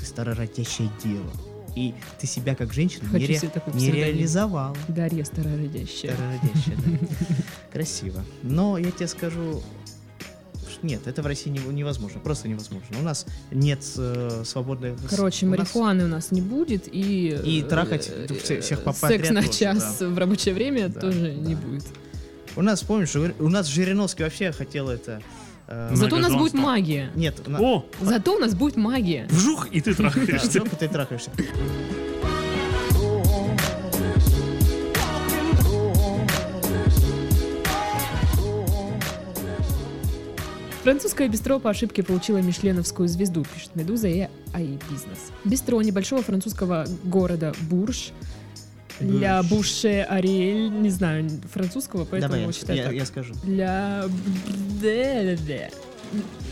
B: Ты старородящее дева. И ты себя как женщина не,
C: Хочу
B: ре-
C: себе такой
B: не
C: псевдоним.
B: реализовала.
C: Дарья старородящая.
B: Старородящая, да. Красиво. Но я тебе скажу, ш- нет, это в России не- невозможно, просто невозможно. У нас нет э, свободных... с-
C: Короче,
B: у нас-
C: марихуаны у нас не будет, и...
B: И трахать
C: э,
B: все- всех
C: э,
B: попадряд
C: Секс на
B: тоже,
C: час в рабочее время
B: Да,
C: тоже не
B: да.
C: будет.
B: У нас, помнишь, у у нас Жириновский вообще хотел это... э,
A: За-
C: Зато у нас будет
A: Многоженство.
C: магия.
B: Нет, у нас...
A: О,
C: Зато у нас будет магия.
A: вжух, и ты
B: Да,
A: трахаешься.
B: жопу ты трахаешься.
C: Французское бистро по ошибке получило мишленовскую звезду, пишет Медуза и АИ Бизнес. Бистро небольшого французского города Бурж. Для
B: Бурж.
C: Буше Ариэль, не знаю, французского, поэтому
B: Давай, я-
C: считаю
B: я,
C: так.
B: я скажу.
C: Для... Б-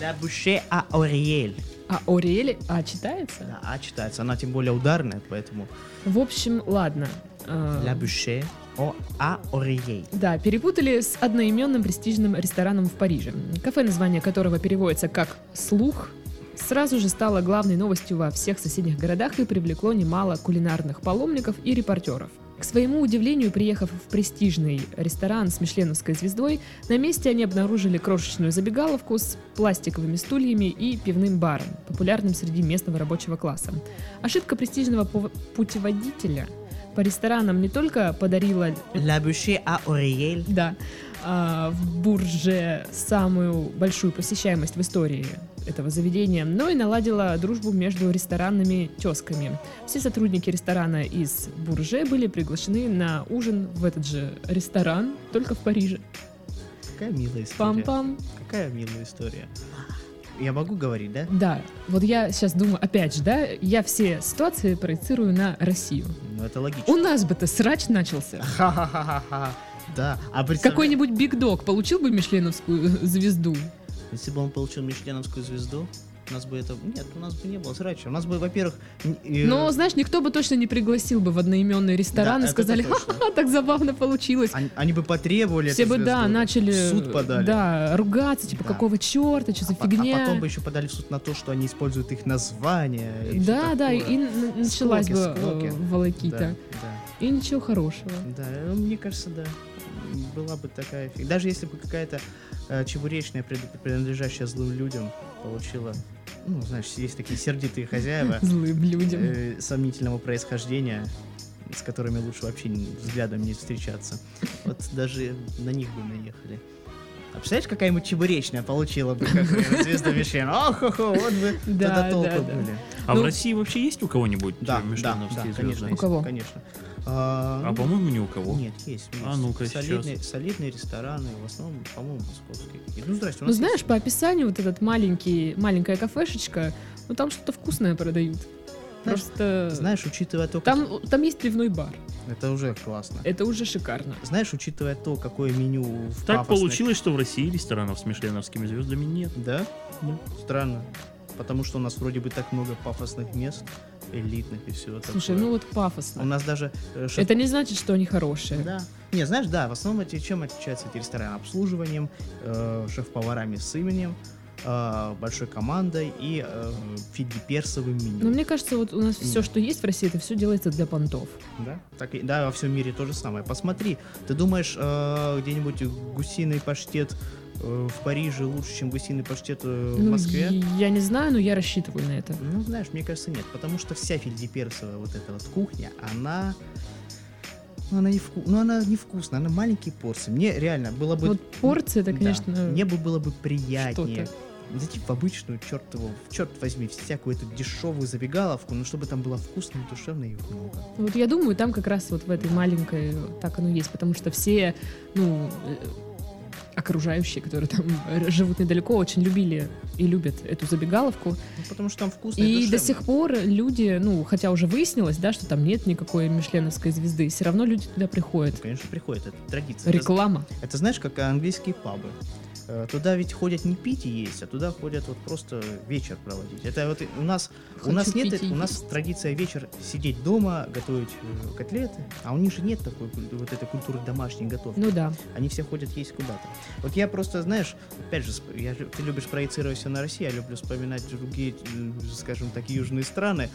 B: Ля Буше а Ориэль.
C: А Ориэль, а читается?
B: Да, а читается. Она тем более ударная, поэтому...
C: В общем, ладно. А,
B: Ля Буше о а Ориэль.
C: Да, перепутали с одноименным престижным рестораном в Париже, кафе, название которого переводится как «Слух», сразу же стало главной новостью во всех соседних городах и привлекло немало кулинарных паломников и репортеров. К своему удивлению, приехав в престижный ресторан с мишленовской звездой, на месте они обнаружили крошечную забегаловку с пластиковыми стульями и пивным баром, популярным среди местного рабочего класса. Ошибка престижного пу- путеводителя по ресторанам не только подарила
B: Ля Буше а Ориэль.
C: да, а, в Бурже самую большую посещаемость в истории этого заведения, но и наладила дружбу между ресторанными тесками. Все сотрудники ресторана из Бурже были приглашены на ужин в этот же ресторан, только в Париже.
B: Какая милая история.
C: Пам-пам.
B: Какая милая история. Я могу говорить, да?
C: Да, вот я сейчас думаю, опять же, да, я все ситуации проецирую на Россию.
B: Ну, это логично.
C: У нас бы-то срач начался.
B: Ха-ха-ха-ха-ха. Да. А представля-
C: Какой-нибудь Биг Дог получил бы Мишленовскую звезду?
B: Если бы он получил Мишленовскую звезду, у нас бы это... Нет, у нас бы не было срача. У нас бы, во-первых... н- э,
C: Но, Ну, знаешь, никто бы точно не пригласил бы в одноименный
B: Да,
C: ресторан и
B: это
C: сказали,
B: точно.
C: ха-ха, так забавно получилось.
B: они, они бы потребовали
C: Все
B: эту
C: бы, да,
B: звезду.
C: начали...
B: В суд подали.
C: Да, ругаться, типа,
B: Да.
C: какого черта, что за
B: По-
C: фигня.
B: А потом бы еще подали в суд на то, что они используют их название. и всё
C: Да, да, и
B: такое.
C: н- началась бы
B: Склоки, склоки.
C: э, волокита.
B: Да,
C: И ничего хорошего.
B: да, да. Ну, мне кажется, да. М, Была бы такая фиг. Даже если бы какая-то э, чебуречная, пред- принадлежащая злым людям, получила... Ну, знаешь, есть такие сердитые хозяева.
C: Злым людям.
B: э, сомнительного происхождения, с которыми лучше вообще ни- взглядом не встречаться. Вот даже на них бы наехали. А представляешь, какая-нибудь чебуречная получила бы какую-нибудь звезду Мишелин? О-хо-хо, вот бы
C: Да,
B: тогда
C: да,
B: толку
C: да.
B: были.
A: А
C: Ну-
A: в России вообще есть у кого-нибудь э,
B: Да, да, да,
A: мишленовские
B: конечно.
A: звезды?
C: У кого?
B: есть, Конечно. А,
A: А
B: ну,
A: по-моему, ни у кого.
B: Нет, есть.
A: А
B: есть.
A: ну-ка,
B: солидные, солидные рестораны, в основном, по-моему, московские. какие-то. Ну, здрасте, у
C: Ну,
B: нас
C: знаешь,
B: есть-
C: по описанию вот этот маленький, маленькая кафешечка, ну, там что-то вкусное продают.
B: Знаешь-
C: Просто...
B: знаешь, учитывая то, как...
C: Там, Э, там есть пивной бар.
B: Это уже классно.
C: Это уже шикарно.
B: Знаешь, учитывая то, какое меню в
A: Так
B: пафосных-
A: получилось, что в России ресторанов с мишленовскими звездами нет.
B: Да? Ну, странно. Потому что у нас вроде бы так много пафосных мест, элитных и всего
C: Слушай, ну
B: такое.
C: вот пафосно.
B: У нас даже... э, шат-
C: Это не значит, что они хорошие.
B: Да. Не, знаешь, да, в основном эти, чем отличаются эти рестораны? Обслуживанием, э, шеф-поварами с именем, э, большой командой и э, Фиди Персовым меню.
C: Но мне кажется, вот у нас все, что есть в России, это все делается для понтов.
B: Да? Так, и- да, во всем мире то же самое. Посмотри, ты думаешь, э, где-нибудь гусиный паштет э, в Париже лучше, чем гусиный паштет э, в
C: Ну,
B: Москве?
C: и- Я не знаю, но я рассчитываю на это.
B: Ну, знаешь, мне кажется, нет, потому что вся фельдеперсовая вот эта вот кухня, она... Ну, она, не вку... ну, она невкусная, она маленькие порции. Мне реально было бы...
C: Вот порции, это,
B: Да,
C: конечно,
B: Мне бы было бы приятнее.
C: что-то.
B: Зайти в обычную, чертову, черт возьми, всякую эту дешевую забегаловку, но чтобы там было вкусно, и душевно и их много.
C: Вот я думаю, там как раз вот в этой маленькой так оно и есть, потому что все, ну, э, окружающие, которые там р- живут недалеко, очень любили и любят эту забегаловку.
B: Ну, потому что там вкусно и,
C: И до
B: душевно.
C: сих пор люди, ну, хотя уже выяснилось, да, что там нет никакой мишленовской звезды, все равно люди туда приходят.
B: Ну, конечно, приходит, это традиция. Это-
C: Реклама.
B: Это знаешь, как английские пабы. Э, Туда ведь ходят не пить и есть, а туда ходят вот просто вечер проводить. Это вот и- у нас у
C: Хочу
B: нас нет,
C: пить и
B: у нас
C: есть.
B: традиция вечер сидеть дома, готовить э, котлеты, а у них же нет такой куль- вот этой культуры домашней готовки.
C: Ну да.
B: Они все ходят есть куда-то. Вот я просто, знаешь, опять же, сп- я, лю- ты любишь проецировать все на Россию, я люблю вспоминать другие, м, скажем так, южные страны.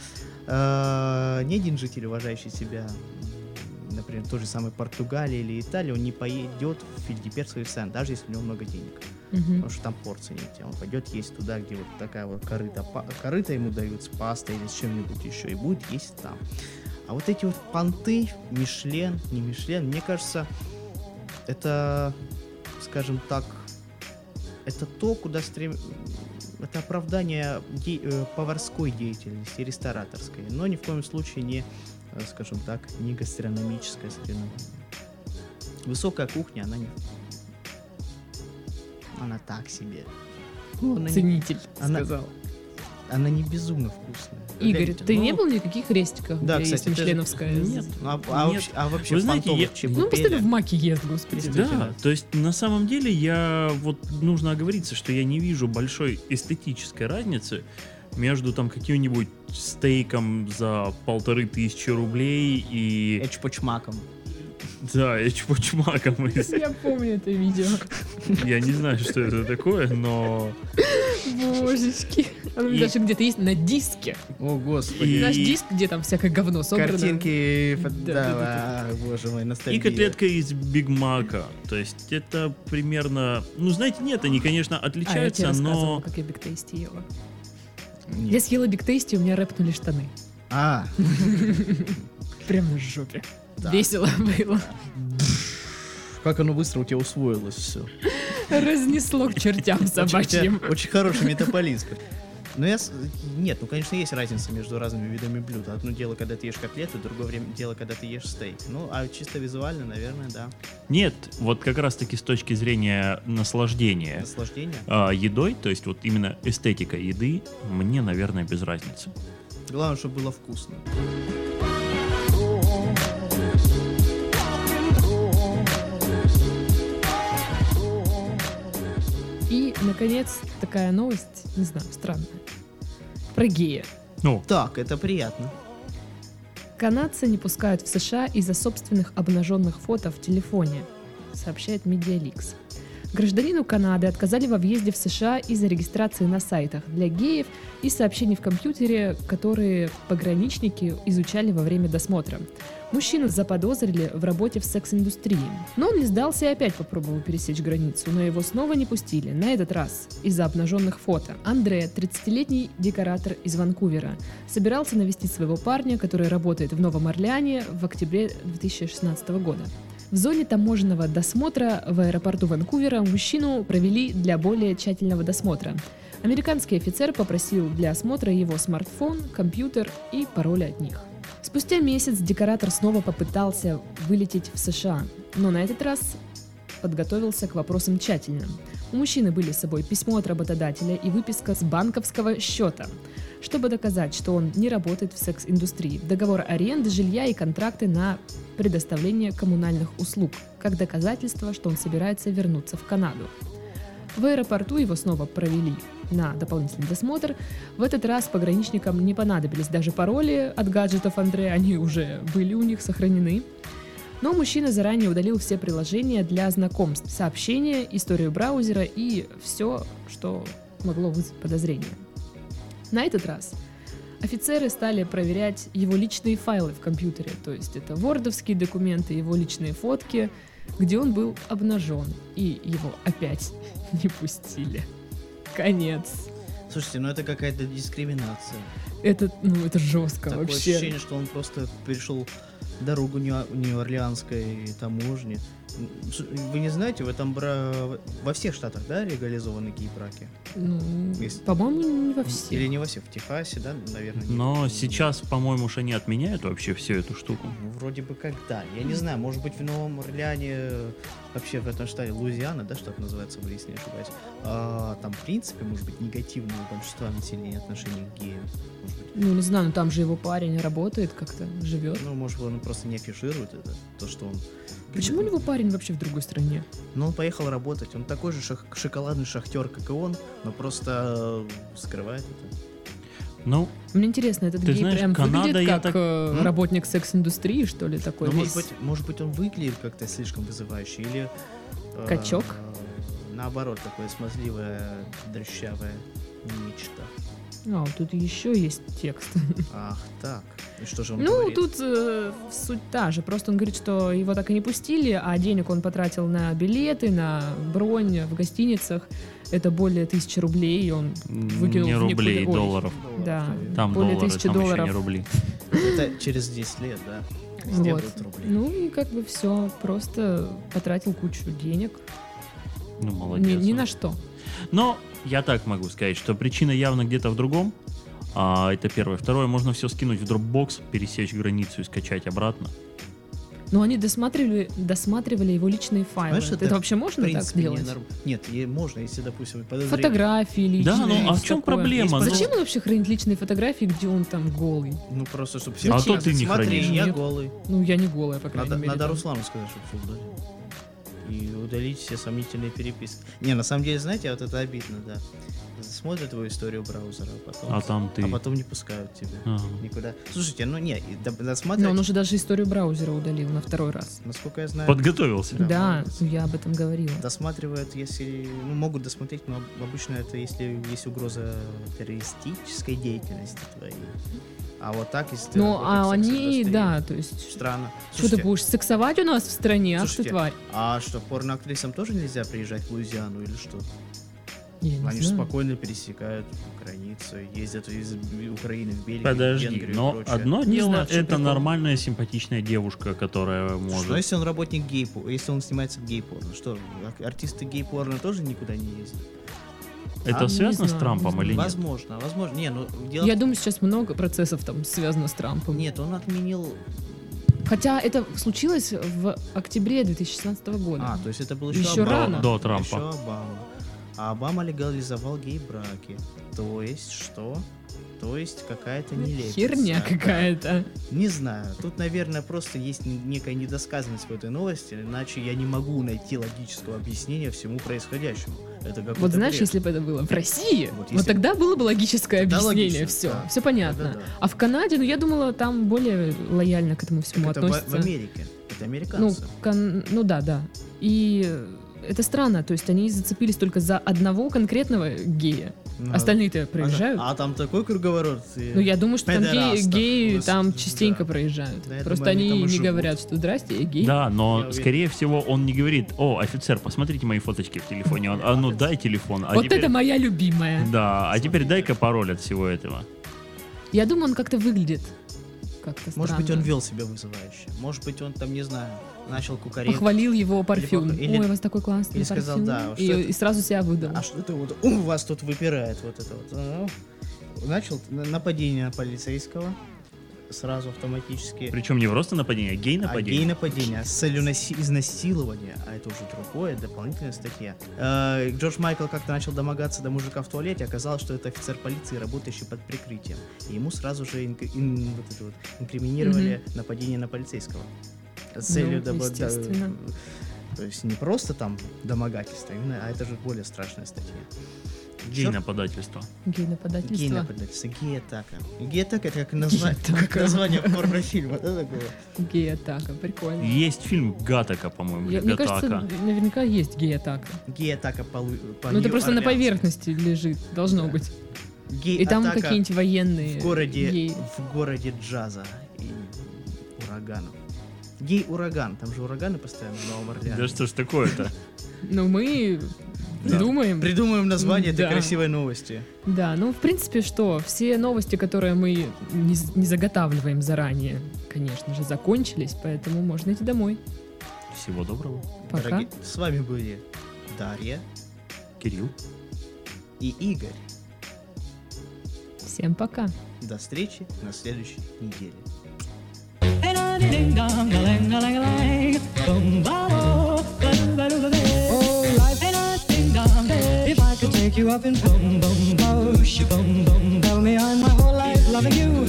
B: Э, Ни один житель, уважающий себя, м, например, той же самой Португалии или Италии, он не поедет в Фильдеперсовый сан, даже если у него много денег.
C: Мгм.
B: Потому что там порции нет. Он пойдет есть туда, где вот такая вот корыта, па- корыта ему дают с пастой или с чем-нибудь еще, и будет есть там. А вот эти вот понты, Мишлен, не Мишлен, мне кажется, это, скажем так, это то, куда стрем... Это оправдание де- э, поварской деятельности, рестораторской, но ни в коем случае не, э, скажем так, не гастрономическая соревнование. Высокая кухня, она не... Она так себе. Ну, она, не...
C: Ценитель
B: она-
C: сказал.
B: она не безумно вкусная.
C: Игорь,
B: Гляньте,
C: ты
B: ну,
C: не был ни в каких рестиках?
B: Да,
C: где
B: кстати,
C: есть
B: ты-
C: мишленовская
A: Нет.
C: звезда?
B: ну, А, а
A: Нет.
B: вообще, а вообще
A: Вы знаете,
B: понтовых
A: я-
C: Ну,
B: чебуреков-
C: он постоянно в маке ест, господи.
A: Да,
B: Действительно.
A: то есть на самом деле я вот нужно оговориться, что я не вижу большой эстетической разницы между там каким-нибудь стейком за полторы тысячи рублей
B: Э.
A: и
B: Эчпочмаком.
A: да, и чпочмаком. из-
C: Я помню это видео.
A: Я не знаю, что это такое, но
C: Божечки. Оно
A: И-
C: даже где-то есть на диске.
B: О,
A: И-
B: господи.
C: Наш диск, где там всякое говно собрано. А,
B: Картинки, фо- да,
C: Да, да, да,
B: а, боже мой,
A: и
B: ностальгия.
A: котлетка из Биг Мака. То есть это примерно, ну знаете, нет, они конечно
C: А, я тебе
A: отличаются,
C: рассказывала,
A: но
C: как я Биг Тейсти ела.
B: Нет.
C: Я съела Биг Тейсти, и у меня рэпнули штаны.
B: А,
C: Прям на жопе.
B: Да.
C: Весело было.
B: как оно быстро у тебя усвоилось все.
C: Разнесло к чертям собачьим.
B: Очень, очень хороший метаболизм. Ну, я... с- Нет, ну, конечно, есть разница между разными видами блюд. Одно дело, когда ты ешь котлету, другое время дело, когда ты ешь стейк. Ну, а чисто визуально, наверное, да.
A: нет, вот как раз таки с точки зрения наслаждения.
B: Наслаждение.
A: а, едой, то есть вот именно эстетика еды, мне, наверное, без разницы.
B: Главное, чтобы было вкусно.
C: И, наконец, такая новость, не знаю, странная. Про гея.
A: Ну,
B: Так, это приятно.
C: Канадца не пускают в США из-за собственных обнаженных фото в телефоне, сообщает Медиаликс. Гражданину Канады отказали во въезде в США из-за регистрации на сайтах для геев и сообщений в компьютере, которые пограничники изучали во время досмотра. Мужчину заподозрили в работе в секс-индустрии. Но он не сдался и опять попробовал пересечь границу, но его снова не пустили, на этот раз из-за обнаженных фото. Андре, 30-летний декоратор из Ванкувера, собирался навестить своего парня, который работает в Новом Орлеане в октябре 2016 года. В зоне таможенного досмотра в аэропорту Ванкувера мужчину провели для более тщательного досмотра. Американский офицер попросил для осмотра его смартфон, компьютер и пароли от них. Спустя месяц декоратор снова попытался вылететь в США, но на этот раз подготовился к вопросам тщательно. У мужчины были с собой письмо от работодателя и выписка с банковского счета. Чтобы доказать, что он не работает в секс-индустрии, договор аренды, жилья и контракты на предоставление коммунальных услуг, как доказательство, что он собирается вернуться в Канаду. В аэропорту его снова провели на дополнительный досмотр. В этот раз пограничникам не понадобились даже пароли от гаджетов Андрея, они уже были у них сохранены. Но мужчина заранее удалил все приложения для знакомств, сообщения, историю браузера и все, что могло вызвать подозрение. На этот раз офицеры стали проверять его личные файлы в компьютере, то есть это вордовские документы, его личные фотки, где он был обнажен, и его опять не пустили. Конец.
B: Слушайте, ну это какая-то дискриминация.
C: Это, ну, это жестко
B: Такое
C: вообще.
B: ощущение, что он просто перешел дорогу Нью- Нью-Орлеанской таможни. М, с- Вы не знаете, в этом бра... во всех штатах, да, легализованы гей-браки?
C: Ну,
B: Если-
C: по-моему, не во всех.
B: Или не во всех, в Техасе, да, наверное. не-
A: Но сейчас, по-моему, уж они отменяют вообще всю эту штуку.
B: Ну, вроде бы как да. Я не знаю, может быть в Новом Орлеане, э, вообще в этом штате Луизиана, да, что это называется, в если не ошибаюсь, а, там в принципе, может быть, негативное у большинства населения отношение к геям. Может быть.
C: Ну, не знаю, ну там же его парень работает как-то, живет.
B: Ну, может быть, он просто не афиширует это, то, что он...
C: Почему у него парень вообще в другой стране?
B: Ну, он поехал работать. Он такой же шах- шоколадный шахтер, как и он, но просто э, скрывает это.
A: Ну,
C: Мне интересно, этот
A: Ты
C: гей
A: знаешь,
C: прям
A: Канада,
C: выглядит
A: я
C: как
A: так-
C: э,
B: М?
C: работник секс-индустрии, что ли, такой
B: Ну,
C: весь?
B: может быть, может быть, он выглядит как-то слишком вызывающе, или... э,
C: Качок?
B: Наоборот, такое смазливое, дрыщавое нечто.
C: А, вот тут еще есть текст.
B: Ах так. И что же он
C: ну,
B: говорит?
C: тут э, суть та же. Просто он говорит, что его так и не пустили, а денег он потратил на билеты, на бронь в гостиницах. Это более тысячи рублей, и он выкинул
A: не
C: в
A: рублей,
C: никуда. Ой,
A: долларов.
B: Долларов,
C: да.
B: наверное.
A: Там
C: более
A: доллары,
C: тысячи
A: там еще не
C: долларов.
A: рубли.
B: Ну, Это через 10 лет, да. Везде
C: Вот.
B: будут рубли.
C: Ну и как бы все, просто потратил кучу денег.
A: Ну, молодец.
C: Ни, ни
A: он.
C: на что.
A: Но я так могу сказать, что причина явно где-то в другом. А, это первое. Второе, можно все скинуть в Dropbox, пересечь границу и скачать обратно.
C: Но они досматривали, досматривали его личные файлы.
B: Знаешь,
C: это,
B: это,
C: вообще
B: В
C: можно так
B: принципе, не
C: делать?
B: норм- Нет, е- можно, если, допустим, подозрение.
C: Фотографии личные.
A: Да, ну а в
C: всё
A: чем
C: такое.
A: проблема?
B: Есть
A: Ну,
C: Зачем он вообще хранит личные фотографии, где он там голый?
B: Ну, просто, чтобы все
A: А
B: показали.
A: то ты не
B: Смотри,
A: хранишь.
B: я
C: Нет.
B: голый.
C: Ну, я не голая, по крайней
B: Надо,
C: мере.
B: надо
C: там.
B: Руслану сказать, чтобы все удалили. И удалить все сомнительные переписки. Не, на самом деле, знаете, вот это обидно, да. Смотрят твою историю браузера, а потом...
A: А там ты. а,
B: а потом не пускают тебя.
A: Ага.
B: Никуда. Слушайте, ну не, и до- досматривать...
C: Но он уже даже историю браузера удалил на второй раз.
B: Насколько я знаю...
A: Подготовился.
B: Да,
C: Да,
B: молодец.
C: ну, я об этом говорила.
B: досматривают, если ну, могут досмотреть, но об- обычно это если есть угроза террористической деятельности твоей. А вот так, если ты
C: ну,
B: работаешь
C: а
B: в
C: они,
B: секс-индустрии,
C: да, то есть...
B: Странно.
C: Что ты
B: Слушайте,
C: будешь сексовать у нас в стране? Ах ты
B: слушайте,
C: тварь.
B: А что, порноактрисам тоже нельзя приезжать в Луизиану или что?
C: Я не
B: Они же
C: знаю.
B: спокойно пересекают границу, ездят из Б- Украины в Бельгию, в
A: Подожди,
B: Венгрию и
A: но
B: прочее.
A: одно
C: Не
A: дело
C: знаю, в чём
A: это
C: прикол.
A: нормальная симпатичная девушка, которая может.
B: Что если он работник гей если он снимается в гей-порно? Что, ар- артисты гей-порно тоже никуда не ездят?
A: Это
B: А,
A: связано
C: не
A: с
C: знаю,
A: Трампом
C: не
A: или нет?
B: возможно, возможно. Не, ну дело
C: Я
B: в-
C: думаю, сейчас много процессов там связано с Трампом.
B: Нет, он отменил
C: Хотя это случилось в октябре 2016 года.
B: А, то есть это было еще,
C: Еще рано.
A: До Трампа.
B: Еще Обама. А Обама легализовал гей-браки. То есть что? То есть какая-то нелепица.
C: Ну, Херня какая-то.
B: Не знаю. Тут, наверное, просто есть н- некая недосказанность в этой новости, иначе я не могу найти логического объяснения всему происходящему. Это какой-то
C: Вот знаешь,
B: бред.
C: если бы это было в России,
B: Вот
C: вот,
B: если-
C: тогда было бы логическое
B: Тогда
C: объяснение,
B: логично,
C: все,
B: да.
C: все понятно.
B: Да-да-да.
C: А в Канаде, ну я думала, там более лояльно к этому всему
B: Так это в- в,
C: относятся.
B: Америке. Это
C: ну,
B: американцы.
C: кан- ну да, да. И э, это странно, то есть они зацепились только за одного конкретного гея.
B: Ну,
C: Остальные-то
B: а-
C: проезжают.
B: А, там такой круговорот. и-
C: ну, я думаю, что там геи,
B: педерастов у
C: геи
B: нас,
C: там
B: да.
C: частенько проезжают.
B: Да, я
C: Просто
B: думаю, они
C: они,
B: там и
C: не
B: живут.
C: говорят, что здрасте, я гей.
A: Да,
B: Я
A: но
B: уверен.
A: скорее всего он не говорит: "О, офицер, посмотрите мои фоточки в телефоне". Он, а ну дай телефон. А
C: вот
A: теперь...
C: это моя любимая.
A: Да, а теперь
B: Смотрите.
A: дай-ка пароль от всего этого.
C: Я думаю, он как-то выглядит. Как-то
B: Может быть, он
C: странно.
B: вел себя вызывающе. Может быть, он там, не знаю, начал кукарекать.
C: похвалил его парфюм.
B: пох- или-
C: Ой, у вас такой классный
B: или
C: парфюм.
B: сказал, да, что
C: и,
B: это?
C: и сразу себя выдал.
B: А что это вот у вас тут выпирает вот это вот? А, Начал на- нападение на полицейского сразу автоматически.
A: Причем не просто нападение, а гей
B: А гей
A: нападение.
B: нападение а с целью наси- изнасилования, а это уже другое, дополнительная статья. Э, Джордж Майкл как-то начал домогаться до мужика в туалете, оказалось, что это офицер полиции, работающий под прикрытием. И ему сразу же инк- ин- вот это вот инкриминировали нападение на полицейского. С целью
C: Ну,
B: добо- да,
C: естественно.
B: То есть не просто там домогательство, именно, а это же более страшная статья.
A: День нападательства.
C: Гей-нападательство.
B: Гей-нападательство, гей-атака. Гей-атака это как, назва-
C: Гей-атака.
B: как название порнофильма, да, такое?
C: Гей-атака, прикольно.
A: Есть фильм Гатака, по-моему, или
C: Я- мне
A: Гатака.
C: кажется, наверняка есть гей-атака.
B: Гей-атака по, Лу- по
C: Ну это просто на
B: Нью-Орлеансу.
C: поверхности лежит, должно
B: Да.
C: быть. И
B: Гей-атака
C: там какие-нибудь военные.
B: в городе,
C: гей-
B: в городе джаза и ураганов. Гей-ураган, там же ураганы постоянно в Новом Орлеане.
A: Да что ж такое-то?
C: Ну мы
A: Да.
C: думаем.
B: Придумаем название этой
C: Да.
B: красивой новости.
C: Да, ну в принципе что, все новости, которые мы не, з- не заготавливаем заранее, конечно же, закончились, поэтому можно идти домой.
A: Всего доброго.
C: Пока.
B: Дорогие, с вами были Дарья
A: Кирилл.
B: и Игорь.
C: Всем пока.
B: До встречи на следующей неделе.
D: Oh, life ain't a ding dong. If I could take you up in boom boom boom, shoo boom boom, tell me I'm my whole life loving you,